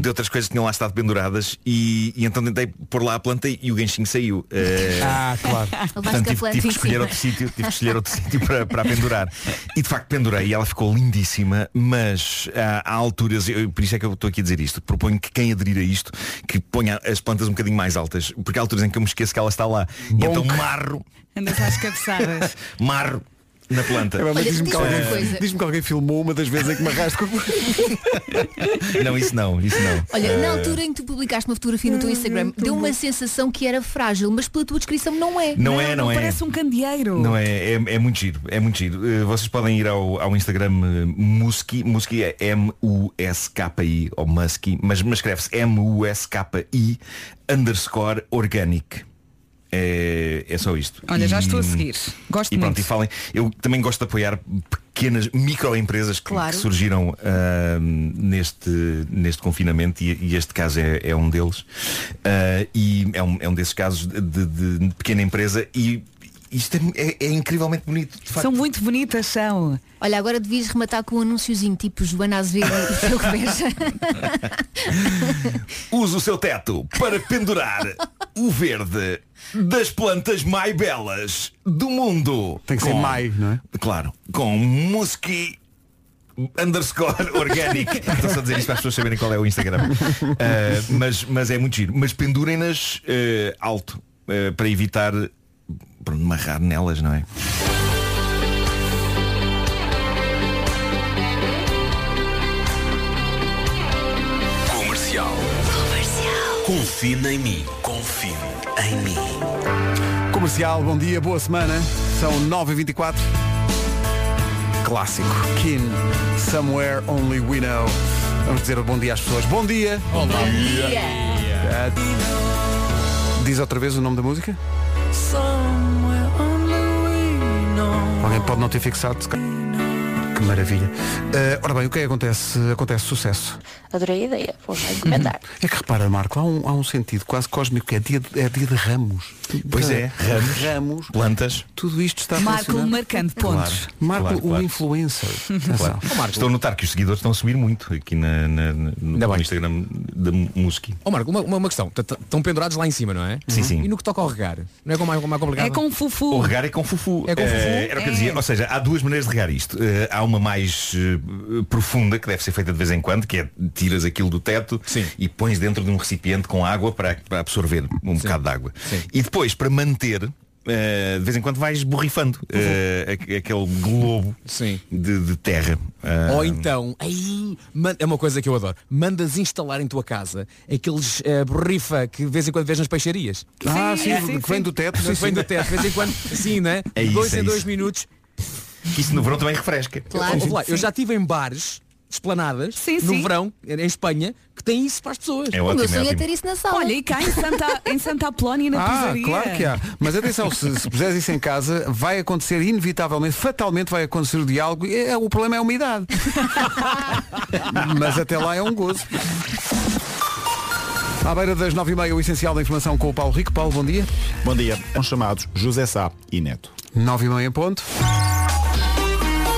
de outras coisas que tinham lá estado penduradas e, e então tentei pôr lá a planta e o ganchinho saiu. Eh, Ah, claro. Portanto, tive, tive que escolher outro sítio, tive que escolher outro [LAUGHS] sítio para, para a pendurar. E de facto pendurei e ela ficou lindíssima, mas ah, há alturas, eu- por isso é que eu estou aqui a dizer isto, proponho que quem aderir a isto, que ponha as plantas um bocadinho mais altas, porque há alturas em que eu me esqueço que ela está lá. E então marro, Andas às cabeçadas. marro na planta. É, mas diz-me que, alguém- Eh, diz-me que alguém filmou uma das vezes em que me arrasto com Não, isso não, isso não. Olha, Eh, na altura em que tu publicaste uma fotografia no teu Instagram, deu uma sensação que era frágil, mas pela tua descrição não é. [LAUGHS] Não é, não é. Parece um candeeiro. Não é, é, é muito giro, é muito giro. Eh, vocês podem ir ao, ao Instagram eh, Musky, Musky é M-U-S-K-I, ou Musky, mas, mas escreve-se M-U-S-K-I underscore organic. É, é só isto. Olha, já E- estou a seguir. Gosto e pronto, muito. e falem. Eu também gosto de apoiar pequenas microempresas que, Claro. que surgiram ah, neste, neste confinamento e, e este caso é, é um deles. Ah, e é um, é um desses casos de, de- de pequena empresa e isto é, é- é incrivelmente bonito. De facto. São muito bonitas, são. Olha, agora devias rematar com um anúnciozinho tipo Joana Azevedo e Diogo Beja. Use o seu teto para pendurar o verde das plantas mais belas do mundo. Tem que ser mai, não é? Claro. Com Musky underscore organic. Estou só a dizer isto para as pessoas saberem qual é o Instagram. Ah, mas, mas é muito giro. Mas pendurem-nas eh, alto eh, para evitar pronto, marrar nelas, não é? Comercial. Confina em mim. Confie em mim. Comercial, bom dia, boa semana. São 9h24. Clássico. Kim, Somewhere Only We Know. Vamos dizer bom dia às pessoas. Bom dia. Bom dia. Ah, Diz outra vez o nome da música? Alguém pode não ter fixado. se calhar. Que maravilha. Ah, ora bem, o que é que acontece? Acontece sucesso. Adorei a ideia, vou já encomendar. É que repara, Marco, há um, há um sentido quase cósmico, que é dia de, é dia de ramos. Pois é, ramos, ramos, plantas. Tudo isto está a Marco funcionar. marcando pontos. Claro, Marco claro, claro. o influencer. Claro. Atenção. Estou a notar que os seguidores estão a subir muito aqui na, na- na- no, no Instagram da Musky. Ó Marco, uma, uma- uma questão. T- t- Estão pendurados lá em cima, não é? Sim, sim. E no que toca ao regar? Não é com mais, mais complicado? É com fufu. O regar é com fufu. É com fufu? Eh, era o que eu dizia. Ou seja, há duas maneiras de regar isto. Eh, há uma mais eh, profunda, que deve ser feita de vez em quando, que é tiras aquilo do teto e pões dentro de um recipiente com água para, para absorver um bocado de água. E depois, para manter, eh, de vez em quando vais borrifando Uhum. eh, aque- aquele globo de, de terra. Ah, Ou então, aí, man- é uma coisa que eu adoro, mandas instalar em tua casa aqueles eh, borrifa que de vez em quando vês nas peixarias. Ah, sim, Sim, sim, que vem sim. do teto, sim, Vem sim. [LAUGHS] do teto, de vez em quando, sim, né? É De dois isso, em é dois isso. minutos. Que isso no verão também refresca. Claro. eu já estive em bares, esplanadas, no sim. verão, em Espanha, que tem isso para as pessoas. É ótimo, O meu sonho é é ótimo. isso na sala. Olha, e cá em Santa, em Santa Apolónia na Ah, pizzaria. claro que há. Mas atenção, se, se puseres isso em casa, vai acontecer inevitavelmente, fatalmente vai acontecer o diálogo. É, o problema é a umidade. Mas até lá é um gozo. À beira das 9h30, o essencial da informação com o Paulo Rico. Paulo, bom dia. Bom dia. São chamados José Sá e Neto. 9h30 em ponto.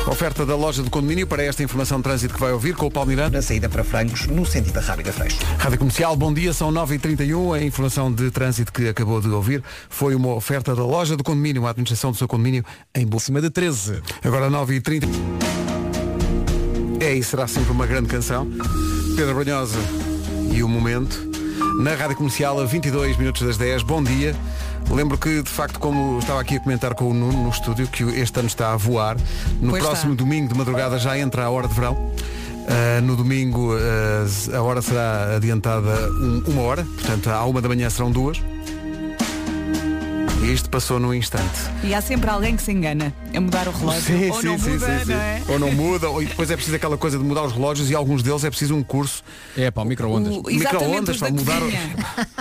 Oferta da loja de condomínio para esta informação de trânsito que vai ouvir com o Paulo Miranda. Na saída para Frangos, no sentido da Rábida Freixo. Rádio Comercial, bom dia, são 9h31. A informação de trânsito que acabou de ouvir foi uma oferta da loja do condomínio, a administração do seu condomínio em Boa. Cima de 13. Agora 9h30. É e será sempre uma grande canção. Pedro Brunhosa e o momento. Na Rádio Comercial, a 22 minutos das 10, bom dia. Lembro que, de facto, como estava aqui a comentar com o Nuno no estúdio, que este ano está a voar. No Pois próximo está. domingo de madrugada já entra a hora de verão. Ah, no domingo ah, a hora será adiantada um- uma hora, portanto à uma da manhã serão duas. E isto passou num instante. E há sempre alguém que se engana a mudar o relógio. Sim, Ou sim, não sim, muda, sim, sim. não é? Ou não muda, ou e depois é preciso aquela coisa de mudar os relógios e alguns deles é preciso um [LAUGHS] curso. É para o micro-ondas. O- exatamente, os da para mudar. [LAUGHS] cozinha.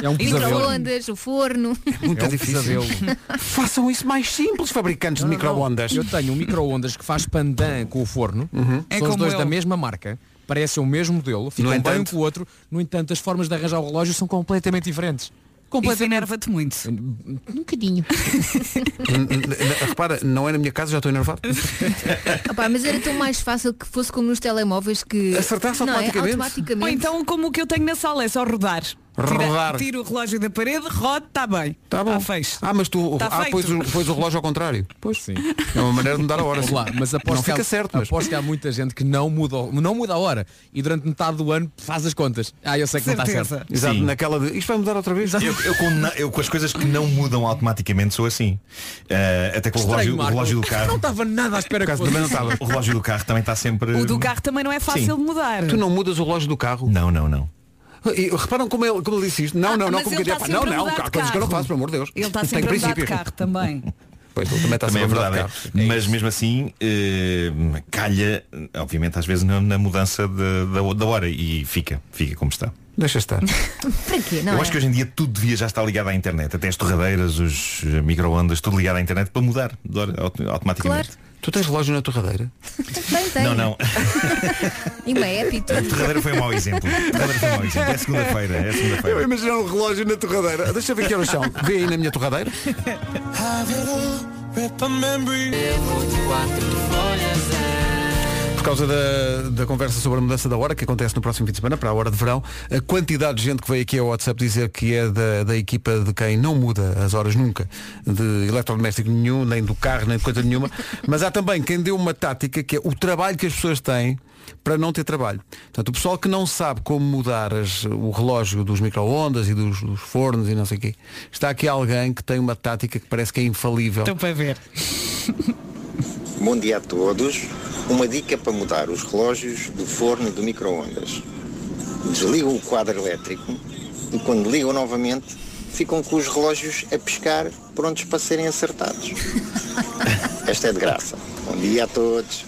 É um Microondas, o forno. É um Muito difícil. [LAUGHS] Façam isso mais simples, fabricantes de micro-ondas. Eu tenho um micro-ondas que faz pandan com o forno. É São os como dois eu. da mesma marca. Parecem o mesmo modelo, ficam No bem um entanto- com o outro. No entanto, as formas de arranjar o relógio são completamente diferentes. Isso enerva-te muito. Um bocadinho. N- n- n- Repara, não é na minha casa, já estou enervado. Opá, mas era tão mais fácil que fosse como nos telemóveis que. Acertasse Não é? automaticamente. automaticamente. Ou então como o que eu tenho na sala é só rodar. Tira- Rodar. Tiro o relógio da parede, rodo, está bem. Tá bom. Ah, mas tu Tá ah, feito. pois, o- pois o relógio ao contrário. Pois sim. É uma maneira de mudar a hora. Vamos lá, mas aposto, não que, fica há, certo. Mas... aposto que há muita gente que não muda, o- não muda a hora e durante metade do ano faz as contas. Ah, eu sei que não está certo. Exato, Sim. naquela de. Isto vai mudar outra vez. Eu, eu com, na- eu com as coisas que não mudam automaticamente sou assim. Ah, até com o relógio, o relógio [LAUGHS] do Não carro. estava nada à espera que fosse. O relógio do carro também está sempre. O do carro também não é fácil Sim. de mudar. Eh, Tu não mudas o relógio do carro? Não, não, não. E reparam como ele, como ele disse isto? Não, não, não, mas como ele que eu tá digo, pá, não, sempre a não, mudar há de coisas que eu não carro. faço, pelo amor de Deus. Ele está Tem sempre a mudar de princípios. carro [LAUGHS] também. Pois, ele também está Também é sempre a verdade. mudar de é. Mas mesmo assim, eh, calha, obviamente, às vezes na, na mudança de- da, da hora e fica, fica como está. Deixa estar. Para quê? Não Eu é? acho que hoje em dia tudo devia já estar ligado à internet. Até as torradeiras, os eh, micro-ondas, tudo ligado à internet para mudar de hora, auto- automaticamente. Tu tens relógio na torradeira? Bem, é. tem. Não, não. E uma app e A tudo. torradeira foi um mau exemplo. A torradeira foi um mau exemplo. É segunda-feira. É segunda-feira. Eu imagino um relógio na torradeira. Deixa eu ver aqui no chão. Vê aí na minha torradeira. Por causa da, da conversa sobre a mudança da hora, que acontece no próximo fim de semana, para a hora de verão, a quantidade de gente que veio aqui ao WhatsApp dizer que é da, da equipa de quem não muda as horas nunca, de eletrodoméstico nenhum, nem do carro, nem de coisa nenhuma, mas há também quem deu uma tática que é o trabalho que as pessoas têm para não ter trabalho. Portanto, o pessoal que não sabe como mudar as- o relógio dos micro-ondas e dos, dos fornos e não sei o quê, está aqui alguém que tem uma tática que parece que é infalível. Estou Então, para ver. Bom dia a todos. Uma dica para mudar os relógios do forno e do micro-ondas. Desligam o quadro elétrico e quando ligam novamente ficam com os relógios a pescar prontos para serem [LAUGHS] acertados. Esta é de graça. Bom dia a todos.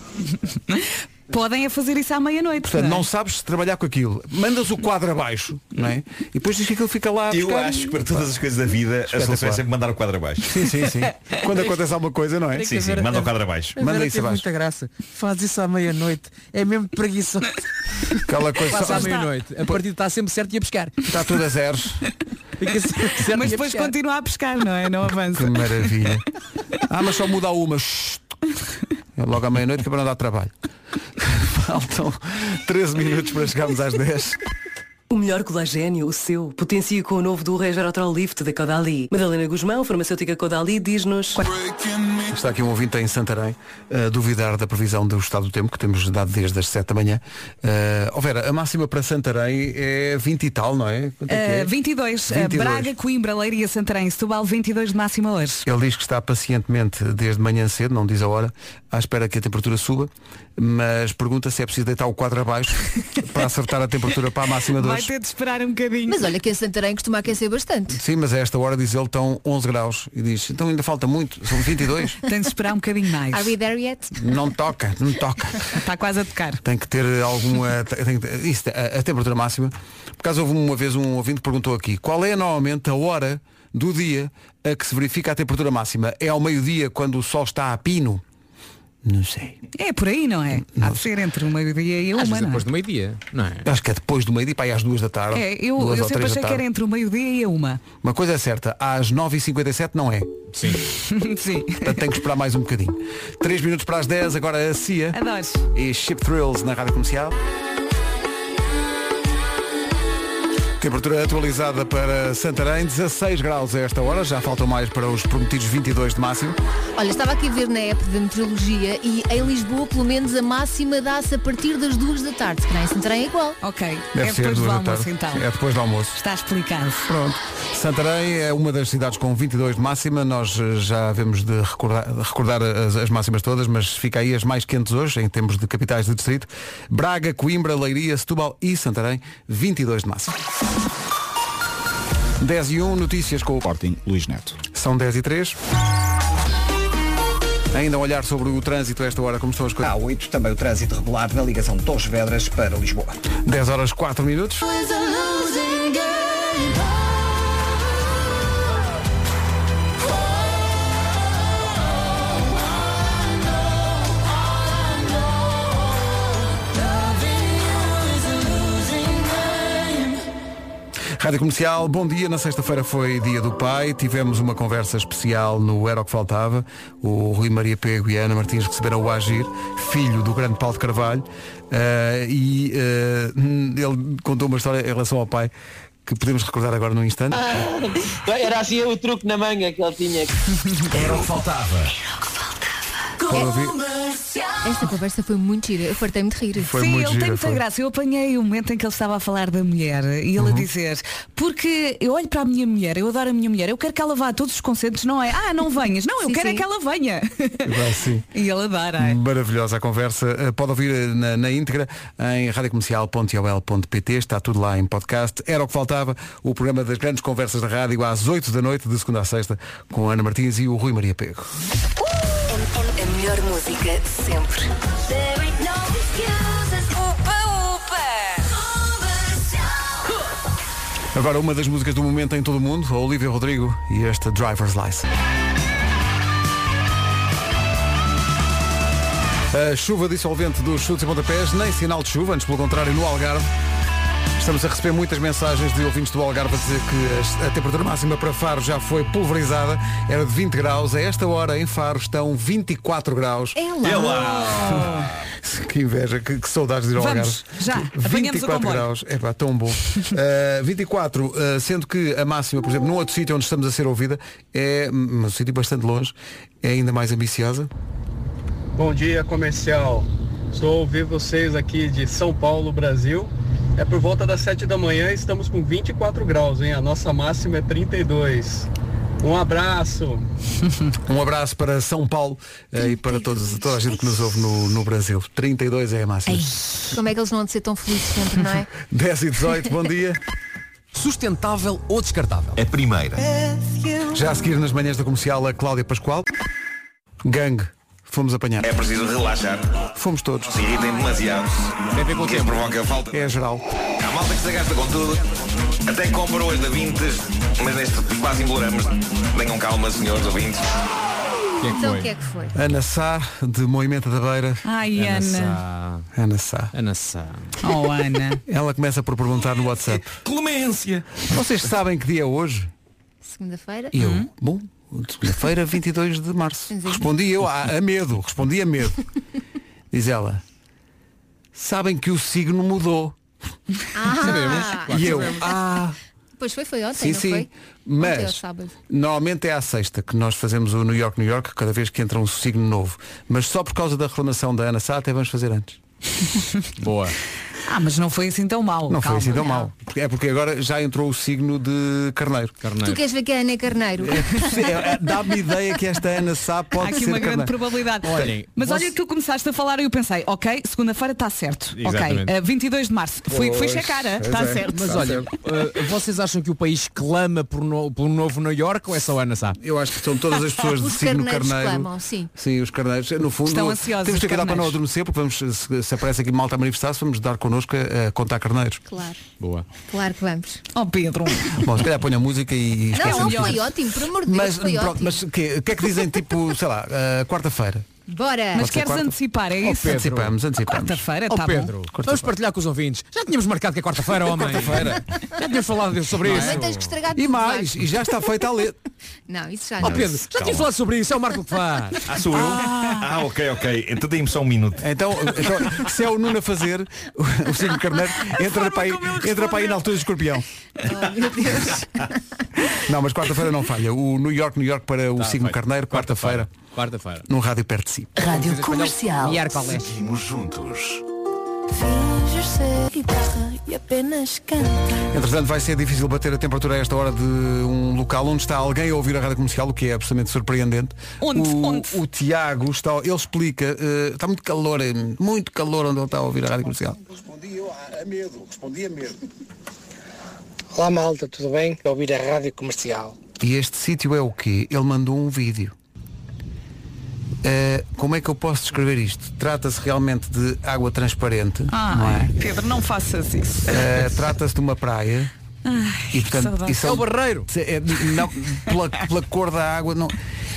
Podem é fazer isso à meia-noite. Portanto, não é? não sabes trabalhar com aquilo. Mandas o quadro abaixo, não é? E depois diz que aquilo fica lá. a Eu pescar acho e- que para todas as coisas da vida a solução é Espetacular. sempre mandar o quadro abaixo. Sim, sim, sim. Quando acontece alguma coisa, não é? Sim, sim, manda o quadro abaixo. Manda isso abaixo. graça. Faz isso à meia-noite. É mesmo [LAUGHS] preguiçoso. Aquela coisa Faz só- à meia-noite. A partida está sempre certo e a pescar. Está tudo a zeros. [LAUGHS] Mas depois continua a pescar, não é? Não avança. Que maravilha. Ah, mas só muda uma. Shhh. É logo à meia-noite que é para não dar trabalho. Faltam 13 minutos para chegarmos às 10. O melhor colagênio, o seu, potencia com o novo do Resveratrol Lift da Codali. Madalena Guzmão, farmacêutica Codali, diz-nos... Está aqui um ouvinte em Santarém a duvidar da previsão do estado do tempo que temos dado desde as 7 da manhã. Eh, ó Vera, a máxima para Santarém é 20 e tal, não é? Quanto é que é? Uh, 22, uh, 22. Braga, Coimbra, Leiria, Santarém, Setúbal, 22 de máxima hoje. Ele diz que está pacientemente desde manhã cedo, não diz a hora, à espera que a temperatura suba, mas pergunta se é preciso deitar o quadro abaixo para acertar a temperatura para a máxima de Vai hoje. graus. ter de esperar um bocadinho. Mas olha que em Santarém costuma aquecer bastante. Sim, mas a esta hora diz ele estão 11 graus. E diz, então ainda falta muito, são 22. Tem de esperar um [LAUGHS] bocadinho mais. Are we there yet? não toca, não toca. Está quase a tocar. Tem que ter alguma. tem que ter- isso, a, a temperatura máxima. Por acaso houve uma vez um ouvinte que perguntou aqui, qual é normalmente a hora do dia a que se verifica a temperatura máxima? É ao meio-dia quando o sol está a pino? Não sei. É por aí, não é? Há de ser entre o meio-dia e a uma, não é? do meio-dia, não é? Acho que é depois do meio-dia, para aí às duas da tarde. É, eu, duas eu ou sempre três da achei que era tarde. entre o meio-dia e a uma. [LAUGHS] Uma coisa é certa, às 9h57 não é. Sim. Sim. Portanto, tenho que esperar mais um bocadinho. 3 minutos para as 10, agora a CIA. Adoro. E Ship Thrills na Rádio Comercial. Temperatura atualizada para Santarém, 16 graus a esta hora, já faltam mais para os prometidos 22 de máximo. Olha, estava aqui a ver na app da meteorologia e em Lisboa pelo menos a máxima dá-se a partir das duas da tarde, que nem Santarém é igual. Ok. Deve é ser depois do duas da almoço tarde. então. É depois do almoço. Está explicado. Pronto. Santarém é uma das cidades com 22 de máxima. Nós eh, já vemos de recordar, de recordar as, as máximas todas, mas fica aí as mais quentes hoje, em termos de capitais de distrito. Braga, Coimbra, Leiria, Setúbal e Santarém, 22 de máxima. 10 e 1, notícias com o Sporting Luís Neto. São 10 e 3. Ainda a olhar sobre o trânsito a esta hora, como estão as coisas? Há 8 também o trânsito regulado na ligação de Torres Vedras para Lisboa. 10 horas 4 minutos. Rádio Comercial, bom dia. Na sexta-feira foi Dia do Pai. Tivemos uma conversa especial no Era o que Faltava. O Rui Maria Pego e a Ana Martins receberam o Agir, filho do grande Paulo de Carvalho. Ah, e ah, hum, ele contou uma história em relação ao pai que podemos recordar agora num instante. Era assim o truque na manga que ele tinha. Era o que faltava. Pode ouvir? Esta conversa foi muito gira, eu fartei-me de rir. Foi Sim, muito ele gira, tem muita foi. Uhum. graça. Eu apanhei o momento em que ele estava a falar da mulher e ele a dizer, porque eu olho para a minha mulher, eu adoro a minha mulher, eu quero que ela vá a todos os concertos, não é? Ah, não venhas. Não, eu Sim, quero é sim. que ela venha. [LAUGHS] Bem, sim. e ele adora. Hum. é? Maravilhosa a conversa. Eh, Pode ouvir eh, na, na íntegra em radiocomercial.ol.pt. Está tudo lá em podcast. Era o que faltava. O programa das grandes conversas da rádio às 8 da noite, de segunda a sexta, com a Ana Martins e o Rui Maria Pego. é A melhor música sempre. Opa, opa. Agora, uma das músicas do momento em todo o mundo, a Olivia Rodrigo e esta Driver's License. A chuva dissolvente dos chutes e pontapés, nem sinal de chuva, antes pelo contrário, no Algarve. Estamos a receber muitas mensagens de ouvintes do Algarve a dizer que as- a temperatura máxima para Faro já foi pulverizada, era de 20 graus. A esta hora, em Faro, estão 24 graus. É lá. É lá. [LAUGHS] que inveja, que, que saudades de ir ao Vamos, Algarve. já, apanhamos o 24 comboio. graus, é pá, tão bom. Uh, [LAUGHS] 24, uh, sendo que a máxima, por exemplo, num outro sítio onde estamos a ser ouvida, é um um sítio bastante longe, é ainda mais ambiciosa. Bom dia, comercial. Estou a ouvir vocês aqui de São Paulo, Brasil. É por volta das 7 da manhã e estamos com 24 graus, hein? A nossa máxima é 32. Um abraço. Um abraço para São Paulo eh, e para todos, toda a gente que nos ouve no, no Brasil. 32 é a máxima. Como é que eles não vão ser tão felizes sempre, [LAUGHS] não é? 10 e 18, bom dia. Sustentável ou descartável? A primeira. Já a seguir nas manhãs da comercial a Cláudia Pascoal. Gangue. Fomos apanhados. É preciso relaxar. Fomos todos. Se irritem demasiado. Quem provoca falta. É geral. Há malta que se gasta com tudo. Até compra hoje da Vintes, mas neste quase imploramos. Tenham calma, senhores ouvintes. então o que é que foi? Ana Sá, de Moimenta da Beira. Ai, Ana Ana. Ah, Ana Sá. Ana Sá. Oh, Ana. Ela começa por perguntar [LAUGHS] no WhatsApp. Clemência! Vocês sabem que dia é hoje? Segunda-feira? E eu, bom, segunda-feira, 22 de março. Respondi eu a, a medo, respondi a medo. Diz ela, sabem que o signo mudou. Ah, claro que E eu, sabemos. ah. Pois foi, foi ontem, Sim, não sim. foi? Mas- Ontem ao sábado. Normalmente é à sexta que nós fazemos o New York, New York, cada vez que entra um signo novo. Mas só por causa da reclamação da Ana Sá, até vamos fazer antes. Boa. Ah, mas não foi assim tão mal. Não calma. foi assim tão mal. Porque- É porque agora já entrou o signo de carneiro. Tu queres ver que a Ana é carneiro? É, é, Dá-me ideia que esta Ana Sá Há pode aqui ser uma grande carneiro. probabilidade. Olhem, mas você- olha que tu começaste a falar e eu pensei, ok, segunda-feira está certo. Exatamente. Ok, eh, 22 de março. Fui, fui Pois, checar, eh, pois está é. certo. Mas olha, uh, vocês acham que o país clama por, no, por um novo New York ou é só a Ana Sá? Eu acho que são [LAUGHS] todas as pessoas de Os signo carneiros carneiro. clamam, sim. Sim, os carneiros. No fundo, Estão ansiosos, temos os que cuidar para não carneiros. adormecer, porque vamos, se, se aparece aqui malta a manifestar-se, vamos dar connosco a, a contar carneiros. Claro, Boa. claro que vamos. Oh Pedro. Bom, se calhar ponha a música e. e Não, não, esquecemos foi disso. ótimo, por amor de Deus, Mas, foi pronto, ótimo. mas o que, que é que dizem tipo, sei lá, ah, quarta-feira? Bora! Mas Pode ser queres quarta? antecipar, é isso? Antecipamos, antecipamos. É Quarta-feira, oh, tá bom. Pedro, vamos Quarta-feira. partilhar com os ouvintes. Já tínhamos marcado que é quarta-feira, homem. Quarta-feira. Já tínhamos falado sobre Não isso. é? Tens que estragar E tudo, mais, vai. e já está feita a letra. Não, isso já Oh não. Pedro, já tínhamos falado sobre isso, é o Marco que [LAUGHS] faz. Ah, sou eu? Ah, ok, ok. Então dei-me só um minuto. Então, então, se é o Nuno a fazer, o Silvio Carneiro entra para, aí, entra para aí na altura do escorpião. Oh, meu Deus. [LAUGHS] Não, mas quarta-feira não falha. O New York, New York para o signo carneiro, quarta-feira, Quarta-feira. num rádio perto de si. Rádio Comercial. Miércoles. Seguimos juntos. Finges ser guitarra e apenas canta. Entretanto, vai ser difícil bater a temperatura a esta hora de um local onde está alguém a ouvir a rádio comercial, o que é absolutamente surpreendente. Onde? O, o Tiago está, ele explica, eh, está muito calor, eh, muito calor onde ele está a ouvir a rádio comercial. Respondi eu a, a medo, respondi a medo. Olá malta, tudo bem? Eu ouvir a rádio comercial. E este sítio é o quê? Ele mandou um vídeo. Eh, como é que eu posso descrever isto? Trata-se realmente de água transparente, Ah, não é? Pedro, não faças isso. Eh, Trata-se de uma praia. Ai, E saudade. portanto, isso É o barreiro. É, não, pela, pela cor da água, não.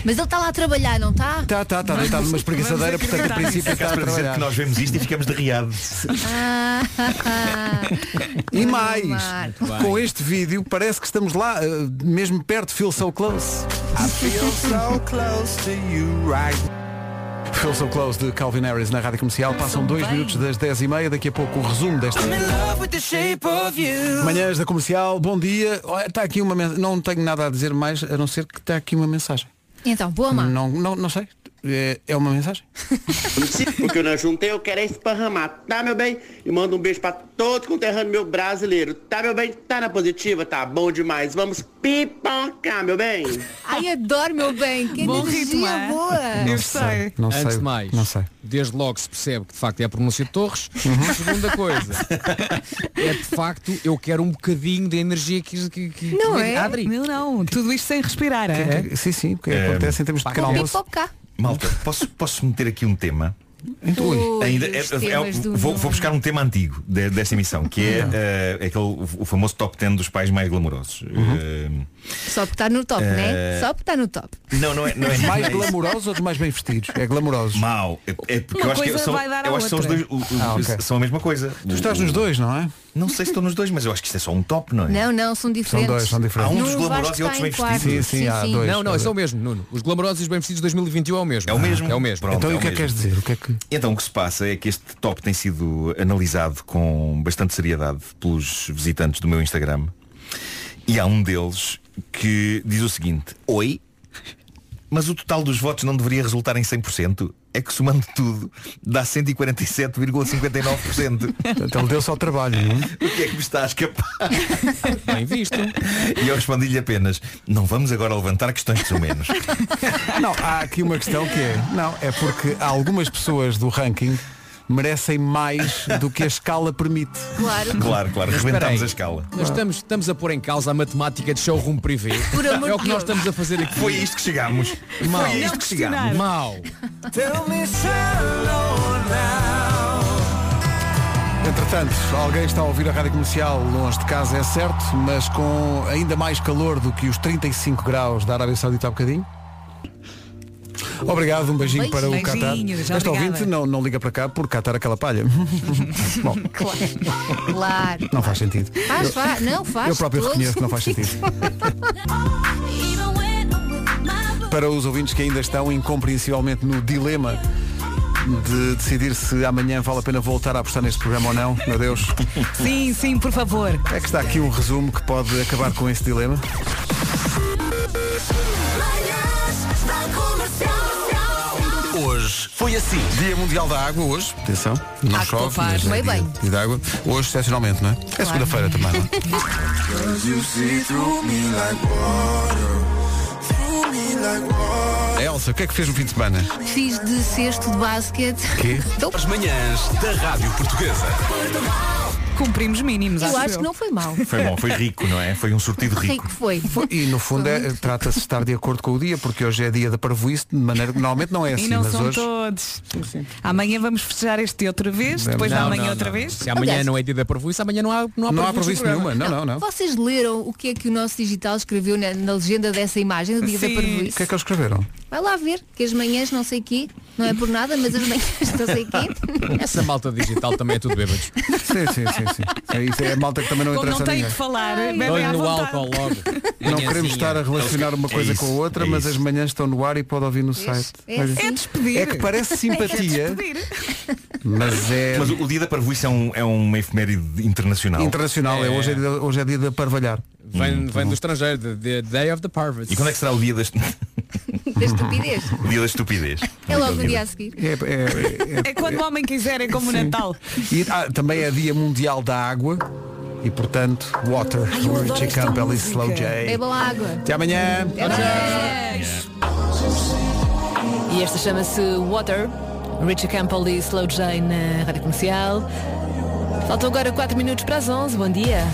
Mas ele está lá a trabalhar, não está? Está, está, está deitado numa espreguiçadeira, portanto, a princípio está a para dizer trabalhar. que nós vemos isto e ficamos de riado. Ah, E mais, Marco. Muito bem. com este vídeo parece que estamos lá, eh, mesmo perto, feel so close. feel Ah, so close to you right Feel so close de Calvin Harris na Rádio Comercial. Passam dois minutos das 10 e meia, daqui a pouco o resumo desta. love with the shape of you. Manhãs da Comercial, bom dia. Olha, Está aqui uma mensagem. Não tenho nada a dizer mais, a não ser que está aqui uma mensagem. Então, boa má. Não, não, não sei. É, é uma mensagem? Porque eu não juntei, eu quero é esparramar, tá meu bem? E manda um beijo pra todos conterrâneo meu brasileiro, tá meu bem? Tá na positiva? Tá bom demais, vamos pipocar, meu bem! Ai, adoro, meu bem. Que Bom energia ritmo, é? boa. Não sei. Ah, Não Antes sei, de mais, não sei. desde logo se percebe que de facto é a pronúncia de Torres. Segunda coisa, é de facto eu quero um bocadinho da energia que, que, que Não que- é? Adri. Não, não. Tudo isto sem respirar. é? Sim, sim, porque É, acontece em termos de pá, canal com almoço. Malta, posso, posso meter aqui um tema? Ui. Ainda, é- os é- é- temas do vou, vou buscar um tema antigo de- desta emissão, que é, eh, aquele, o famoso top 10 dos pais mais glamourosos. Uhum. Eh, Só porque está no top, Eh, né? Só porque está no top. Não, não é, não [LAUGHS] é Mais não é isso. glamourosos ou dos mais bem vestidos? É glamourosos. Mau. É, é porque Uma eu acho que coisa são, vai dar à eu acho que são os dois. outra. o- o- Ah, ok. São a mesma coisa. Tu estás nos dois, não é? Não sei se estou nos dois, mas eu acho que isto é só um top, não é? Não, não, são diferentes. Há um dos Nuno glamourosos Vasco e está outros bem em quarto. vestidos. Sim, sim. Não, não, esse é o mesmo, Nuno. Os glamourosos e os bem vestidos de 2021 é o mesmo. É o mesmo. É o mesmo. Pronto, é o mesmo. dizer? O que é que... Então o que se passa é que este top tem sido analisado com bastante seriedade pelos visitantes do meu Instagram. E há um deles que diz o seguinte: Oi, mas o total dos votos não deveria resultar em 100%? É que somando tudo dá 147,59%. Então ele deu só trabalho, não O que é que me está a escapar? Bem visto. E eu respondi-lhe apenas, não vamos agora levantar questões de um menos. Ah, Não, há aqui uma questão que é. Não, é porque algumas pessoas do ranking merecem mais do que a escala permite. Claro. Claro, claro, Mas rebentámos espera aí. a escala. Nós estamos, estamos a pôr em causa a matemática de showroom privê. Por amor é o de que nós Deus. estamos a fazer aqui. Foi isto que chegámos. Mal. Foi isto que chegámos. Mal. Tell me shallow now. Entretanto, alguém está a ouvir a rádio comercial longe de casa, é certo, mas com ainda mais calor do que os 35 graus da Arábia Saudita há bocadinho. Obrigado, um beijinho para o Qatar. Beijinhos, Este obrigada. ouvinte não, não liga para cá por catar aquela palha. [LAUGHS] Bom, Claro. não faz sentido. Faz, faz. Não, faz. Eu próprio todo reconheço que [LAUGHS] não faz sentido. [LAUGHS] Para os ouvintes que ainda estão incompreensivelmente no dilema de decidir se amanhã vale a pena voltar a apostar neste programa ou não, meu Deus. Sim, sim, por favor. É que está aqui um resumo que pode acabar com esse dilema. Manhãs da Comercial. Hoje Hoje foi assim. Dia Mundial da Água hoje. Atenção, não Há que chove, poupar. mas é Meio dia, bem. dia de água. Hoje, excepcionalmente, não é? É Claro. segunda-feira também, não é? [LAUGHS] Elsa, o que é que fez no fim de semana? Fiz de cesto de basquete. Quê? As manhãs da Rádio Portuguesa. Cumprimos mínimos, Eu acho, acho eu. que não foi mal. Foi bom, foi rico, não é? Foi um sortido rico. Rico foi. E no fundo é- trata-se de estar de acordo com o dia, porque hoje é dia da parvoíce, de maneira que normalmente não é assim, e não mas são hoje. todos. Amanhã vamos festejar este outra vez, Vamos. depois Não, amanhã não, outra não. vez. Se amanhã Aliás, não é dia da parvoíce, amanhã não há Não há previsto nenhuma, não, não, não. Vocês leram o que é que o nosso digital escreveu na, na legenda dessa imagem do dia da O parvoíce? que é que eles escreveram? Vai lá ver, que as manhãs não sei quê, não é por nada, mas as manhãs não sei quê. Essa malta digital também é tudo [LAUGHS] bêbados. Sim, sim, sim, sim. É, isso é a malta que também não Como não interessa a tem ninguém. que falar, bebem Olhe à no vontade. álcool logo. Não queremos estar a relacionar uma É coisa isso, com a outra, é mas isso. as manhãs estão no ar e pode ouvir no site. É Olha. assim. É despedir. É que parece É simpatia, despedir. mas é. Mas o o dia da parvoíce é, um, é uma efeméride internacional. Internacional, é, hoje, é dia, hoje é dia de parvalhar. Hum, Vem, tá vem do estrangeiro, the, the Day of the Parvots. E quando é que será [LAUGHS] o dia da, est- Da estupidez. o dia da estupidez? É logo no dia a seguir. É, é- É quando o homem quiser, é como o Sim. Natal. E ah, também é Dia Mundial da Água e portanto Water, eu adoro Richie esta Campbell e música. É Slow J. Bebam água. Até amanhã. Até amanhã. E esta chama-se Water. Richard Campbell e Slow J na Rádio Comercial. Faltam agora 4 minutos para as 11. Bom dia.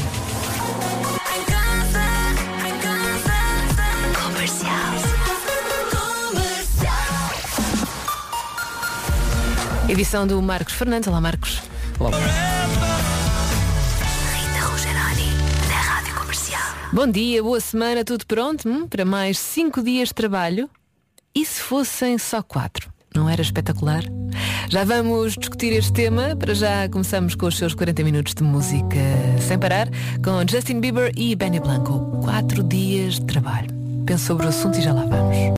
Edição do Marcos Fernandes. Olá, Marcos. da Rádio Comercial. Bom dia, boa semana, tudo pronto? hum? Para mais cinco dias de trabalho? E se fossem só quatro? Não era espetacular? Já vamos discutir este tema. Para já começamos com os seus 40 minutos de música sem parar, com Justin Bieber e Benny Blanco. Quatro dias de trabalho. Penso sobre o assunto e já lá vamos.